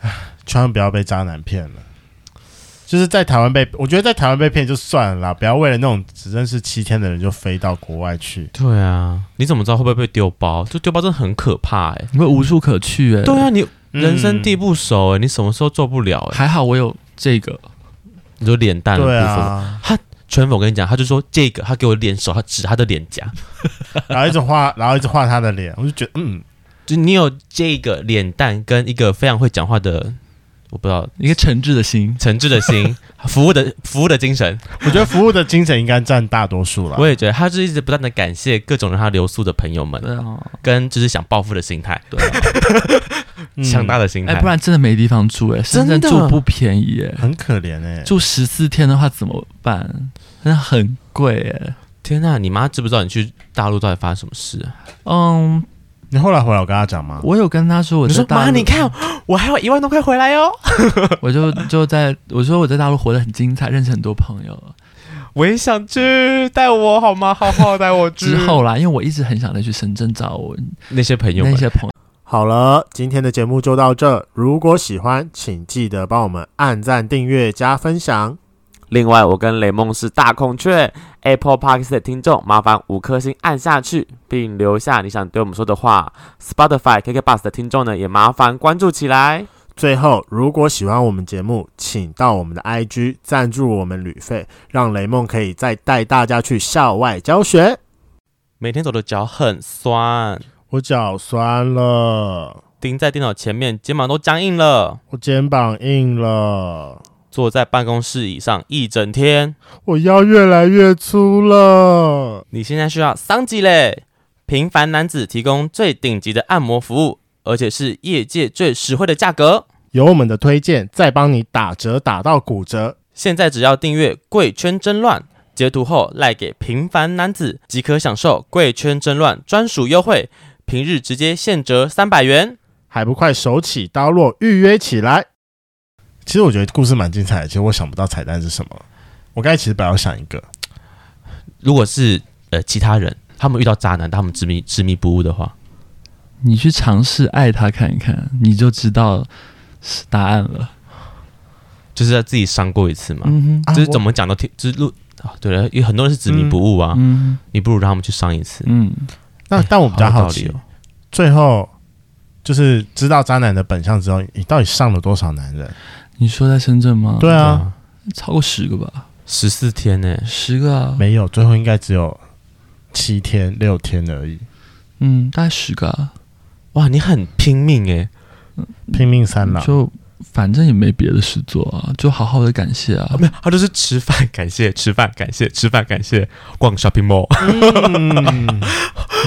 唉千万不要被渣男骗了。就是在台湾被，我觉得在台湾被骗就算了啦，不要为了那种只认识七天的人就飞到国外去。
对啊，你怎么知道会不会被丢包？就丢包真的很可怕哎、
你会无处可去哎、
对啊，你人生
嗯
地不熟哎、你什么时候做不了哎、
还好我有这个，
你说脸蛋的部
对
分，
啊，
全粉我跟你讲，他就说这个，他给我脸手，他指他的脸颊，
然后一直画，然后一直画他的脸，我就觉得嗯，
就你有这个脸蛋跟一个非常会讲话的，我不知道
一个诚挚的心。
诚挚的 <laughs> 心，服务的服务的精神，
我觉得服务的精神应该占大多数了
我。也觉得他是一直不断的感谢各种让他留宿的朋友们，
对啊，
跟就是想报复的心态，
对啊，
<laughs>
嗯
强大的心态，
哎、不然真的没地方住哎、深圳
真的
住不便宜哎、
很可怜哎、
住十四天的话怎么办？真的很贵哎、
天呐，你妈知不知道你去大陆到底发生什么事、啊？
嗯，
你后来回来我跟他讲吗？
我有跟他说我
你
在
说
大
妈，
陆，
你看我还有一万多块回来哦，
我就就在我说我在大陆活得很精彩，认识很多朋友。
我也想去，带我好吗？好好带我去。 <laughs>
之后啦，因为我一直很想再去深圳找我
那些朋友
那
们，
些朋友。
好了，今天的节目就到这。如果喜欢，请记得帮我们按赞、订阅、加分享。
另外，我跟雷梦是大孔雀 Apple Park 的听众，麻烦五颗星按下去，并留下你想对我们说的话。Spotify KK Bus 的听众呢，也麻烦关注起来。
最后，如果喜欢我们节目，请到我们的 IG 赞助我们旅费，让雷梦可以再带大家去校外教学。
每天走的脚很酸，
我脚酸了，
盯在电脑前面，肩膀都僵硬了。
我肩膀硬了，
坐在办公室椅上一整天，
我腰越来越粗了。
你现在需要桑吉嘞！平凡男子提供最顶级的按摩服务，而且是业界最实惠的价格。
有我们的推荐，再帮你打折打到骨折。
现在只要订阅“贵圈争乱”，截图后赖给平凡男子，即可享受“贵圈争乱”专属优惠，平日直接现折三百元。
还不快手起刀落预约起来！其实我觉得故事蛮精彩的，其实我想不到彩蛋是什么。我刚才其实本来要想一个，
如果是呃其他人，他们遇到渣男，他们执迷执迷不悟的话，
你去尝试爱他看一看，你就知道是答案了。
就是他自己伤过一次嘛，
嗯
啊
就是怎么讲都听，就是路啊，对了，有很多人是执迷不悟啊，
哼，嗯
你不如让他们去伤一次。
嗯，
那但我比较
好有
好
道
奇，
理哦，
最后就是知道渣男的本相之后，你到底上了多少男人？
你说在深圳吗？
对啊，
嗯啊，
超过十个吧，
十四天呢，
十个啊，
没有，最后应该只有七天六天而已，
嗯，大概十个啊，
哇，你很拼命哎，
拼命三郎。
就反正也没别的事做啊，就好好的感谢啊
啊，。没有，他就是吃饭感谢，吃饭感谢，吃饭感谢，逛 shopping mall，
嗯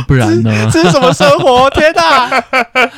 不然呢？ <laughs>
<laughs> 这是什么生活？天哪！